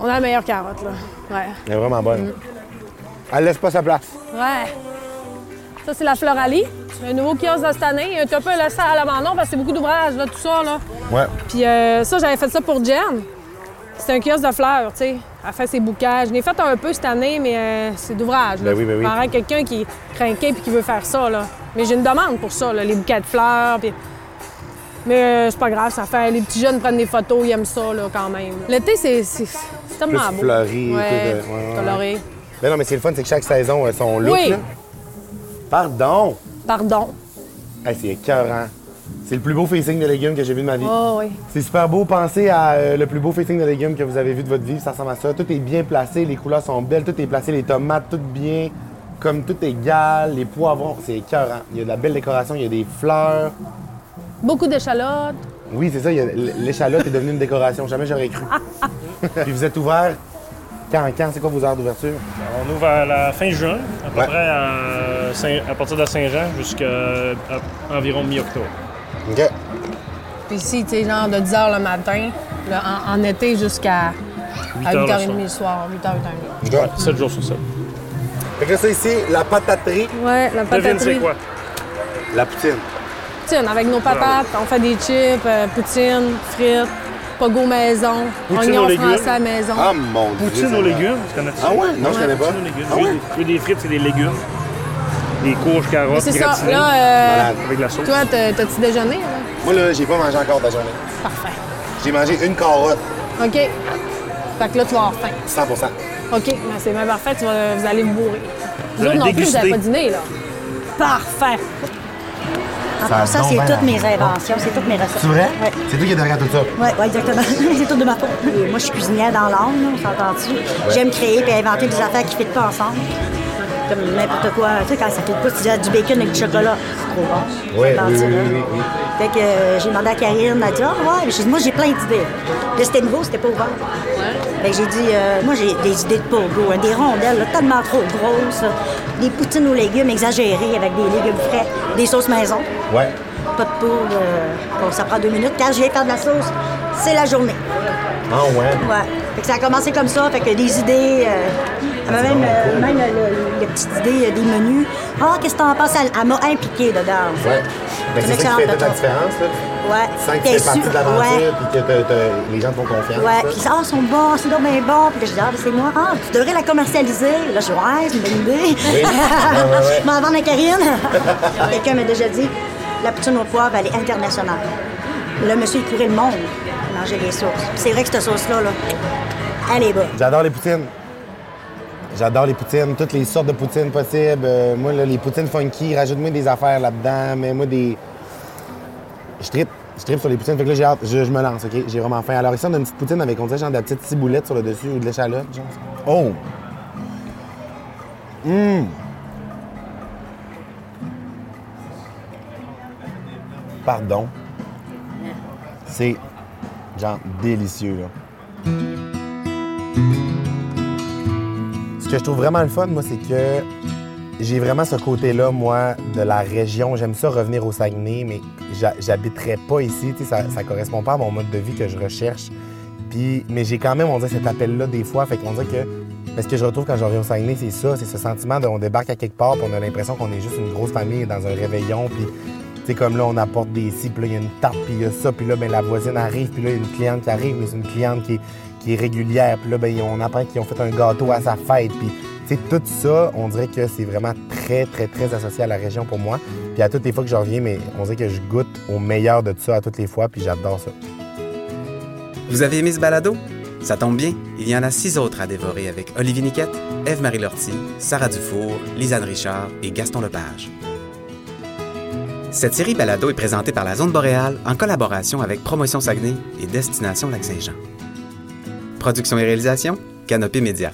Speaker 4: On a la meilleure carotte, là. Ouais.
Speaker 1: Elle est vraiment bonne. Elle laisse pas sa place.
Speaker 4: Ouais. Ça, c'est la Floralie. Un nouveau kiosque de cette année. Il est un peu laissé à l'abandon parce que c'est beaucoup d'ouvrages, là, tout ça, là.
Speaker 1: Ouais.
Speaker 4: Puis euh, ça, j'avais fait ça pour Jen. C'est un kiosque de fleurs, tu sais. Elle fait ses bouquets. Je l'ai fait un peu cette année, mais euh, c'est d'ouvrage. là.
Speaker 1: Ben oui, ben oui.
Speaker 4: Pareil, quelqu'un qui est craqué puis qui veut faire ça, là. Mais j'ai une demande pour ça, là, les bouquets de fleurs. Puis...
Speaker 10: Mais euh, c'est pas grave, ça fait. Les petits jeunes prennent des photos, ils aiment ça là, quand même. L'été, c'est c'est- c'est
Speaker 1: Plus
Speaker 10: tellement beau.
Speaker 1: fleuri.
Speaker 10: Ouais,
Speaker 1: tout de- ouais, ouais, ouais.
Speaker 10: coloré.
Speaker 1: Mais non, mais c'est le fun, c'est que chaque saison a son look.
Speaker 10: Oui.
Speaker 1: là. Pardon!
Speaker 10: Pardon.
Speaker 1: Hey, c'est écœurant. C'est le plus beau facing de légumes que j'ai vu de ma vie.
Speaker 4: Ah,
Speaker 10: Oh, oui.
Speaker 1: C'est super beau. Pensez à euh, le plus beau facing de légumes que vous avez vu de votre vie. Ça ressemble à ça. Tout est bien placé. Les couleurs sont belles. Tout est placé. Les tomates, tout bien. Comme tout égal. Les poivrons, c'est écœurant. Il y a de la belle décoration. Il y a des fleurs.
Speaker 10: Beaucoup d'échalotes.
Speaker 1: Oui, c'est ça. il y a- L'échalote est devenue une décoration. Jamais j'aurais cru. Puis vous êtes ouvert quand? Quand? C'est quoi vos heures d'ouverture?
Speaker 9: On ouvre à la fin juin, à peu
Speaker 1: Ouais.
Speaker 9: près à, Saint- à partir de Saint-Jean jusqu'à à- environ mi-octobre.
Speaker 1: OK.
Speaker 10: Puis ici, tu sais, genre de 10 h le matin, là, en, en été jusqu'à
Speaker 9: Huit
Speaker 10: à
Speaker 9: heures le
Speaker 10: 8h30 le soir, 8h, 8h30.
Speaker 1: OK.
Speaker 9: 7 jours sur 7.
Speaker 1: Fait que là, ça ici, la pataterie,
Speaker 10: Ouais, la
Speaker 9: Devine c'est
Speaker 10: pataterie.
Speaker 9: quoi?
Speaker 1: la poutine.
Speaker 10: Poutine, avec nos patates, on fait des chips, euh, poutine, frites, pogo maison,
Speaker 9: Poutine aux
Speaker 10: oignons
Speaker 9: légumes.
Speaker 10: français à maison.
Speaker 1: Ah mon dieu.
Speaker 9: Poutine
Speaker 1: Seigneur.
Speaker 9: aux légumes, tu connais-tu?
Speaker 1: Ah ouais? Non, je connais pas.
Speaker 9: Poutine aux légumes.
Speaker 1: Ah
Speaker 9: Tu veux-
Speaker 1: ouais?
Speaker 9: Tu veux des frites, c'est des légumes. Des courges,
Speaker 10: Mais
Speaker 9: carottes,
Speaker 10: c'est ça,
Speaker 9: gratinées.
Speaker 10: là, euh,
Speaker 1: Malade.
Speaker 9: Avec de la sauce.
Speaker 10: toi, t'as- t'as-tu déjeuné? Là?
Speaker 1: Moi, là, j'ai pas mangé encore de la journée.
Speaker 10: Parfait.
Speaker 1: J'ai mangé une carotte,
Speaker 10: OK. Fait que là, tu vas avoir faim.
Speaker 1: 100
Speaker 10: OK, ben c'est bien parfait, tu vas, vous allez vous bourrer. Vous autres
Speaker 9: allez
Speaker 10: non plus, vous
Speaker 9: déguster.
Speaker 10: n'avez pas dîné, là.
Speaker 6: Parfait.
Speaker 1: Ça
Speaker 6: Ah,
Speaker 1: part ça, a c'est donc bien toutes mes l'air bon.
Speaker 6: inventions, c'est toutes mes recettes.
Speaker 1: C'est vrai? C'est toi qui es derrière tout ça.
Speaker 6: Oui, ouais, exactement. c'est tout de ma faute. Euh, Moi, je suis cuisinière dans l'âme, là, on s'entend-tu? J'aime créer et inventer des affaires qui ne fitent pas ensemble. Comme n'importe quoi. Tu sais, quand ça fait pas, tu dis ah, du bacon avec du chocolat. C'est trop bon.
Speaker 1: Ouais,
Speaker 6: On
Speaker 1: oui,
Speaker 6: s'entend-tu,
Speaker 1: oui,
Speaker 6: là?
Speaker 1: oui, oui,
Speaker 6: Fait que euh, j'ai demandé à Karine, elle m'a dit Ah, ouais. J'ai dit, moi, j'ai plein d'idées. Là, c'était nouveau, c'était pas ouvert. Fait que j'ai dit euh, Moi, j'ai des idées de pogo, hein, des rondelles là, tellement trop grosses, des poutines aux légumes exagérées avec des légumes frais, des sauces maison
Speaker 1: Ouais.
Speaker 6: pas de poudre. euh, bon, ça prend deux minutes. Quand je viens faire de la sauce, c'est la journée.
Speaker 1: Ah ouais.
Speaker 6: Ouais. Fait que ça a commencé comme ça, fait que des idées. euh, elle m'a même euh, même le- le- la petite idée euh, des menus. Ah, qu'est-ce que t'en penses? Elle, elle m'a impliqué dedans. en fait.
Speaker 1: Ouais. Ben, c'est ça qui fait toute la
Speaker 6: Excellent.
Speaker 1: différence, là.
Speaker 6: Ouais.
Speaker 1: Sans que tu
Speaker 6: T'es
Speaker 1: fais partie
Speaker 6: sûr-
Speaker 1: de l'aventure
Speaker 6: ouais.
Speaker 1: puis que t'as- t'as- les gens te font confiance.
Speaker 6: Ouais,
Speaker 1: là.
Speaker 6: puis ah, ils sont bons, c'est donc bien bon. Puis là, je dis, ah, ben, c'est moi. Ah, tu devrais la commercialiser. Là, je dis, ouais, c'est une bonne idée.
Speaker 1: Ouais, ouais, ouais.
Speaker 6: Je m'en vends à Karine. Quelqu'un m'a déjà dit, la poutine au poivre, elle est internationale. Le monsieur, il courait le monde, il mangeait des sauces. Puis c'est vrai que cette sauce-là, là, elle est bonne.
Speaker 1: J'adore les poutines. J'adore les poutines, toutes les sortes de poutines possibles. Euh, moi, là, les poutines funky, rajoute-moi des affaires là-dedans, mets-moi des. Je tripe. Je tripe sur les poutines. Fait que là, j'ai hâte. Je, je me lance, OK? J'ai vraiment faim. Alors, ici, on a une petite poutine avec, on dirait, genre de la petite ciboulette sur le dessus ou de l'échalote. genre. Oh! Hum! Pardon. C'est, genre, délicieux, là. Ce que je trouve vraiment le fun, moi, c'est que j'ai vraiment ce côté-là, moi, de la région. J'aime ça revenir au Saguenay, mais j'ha- j'habiterai pas ici. Tu sais, Ça, ça correspond pas à mon mode de vie que je recherche. Puis, mais j'ai quand même, on dirait, cet appel-là des fois. Fait qu'on dirait que. Mais ce que je retrouve quand je reviens au Saguenay, c'est ça. C'est ce sentiment de on débarque à quelque part, puis on a l'impression qu'on est juste une grosse famille dans un réveillon. Puis, tu sais, comme là, on apporte des ci, puis là, il y a une tarte, puis il y a ça, puis là, ben, la voisine arrive, puis là, il y a une cliente qui arrive, mais c'est une cliente qui est, qui est régulière. Puis là, ben, on apprend qu'ils ont fait un gâteau à sa fête. Puis, tu sais, tout ça, on dirait que c'est vraiment très, très, très associé à la région pour moi. Puis à toutes les fois que je reviens, mais on dirait que je goûte au meilleur de tout ça à toutes les fois, puis j'adore ça.
Speaker 11: Vous avez aimé ce balado? Ça tombe bien, il y en a six autres à dévorer avec Olivier Niquette, Ève-Marie Lortie, Sarah Dufour, Lisanne Richard et Gaston Lepage. Cette série balado est présentée par la Zone Boréale en collaboration avec Promotion Saguenay et Destination Lac-Saint-Jean. Production et réalisation, Canopée Média.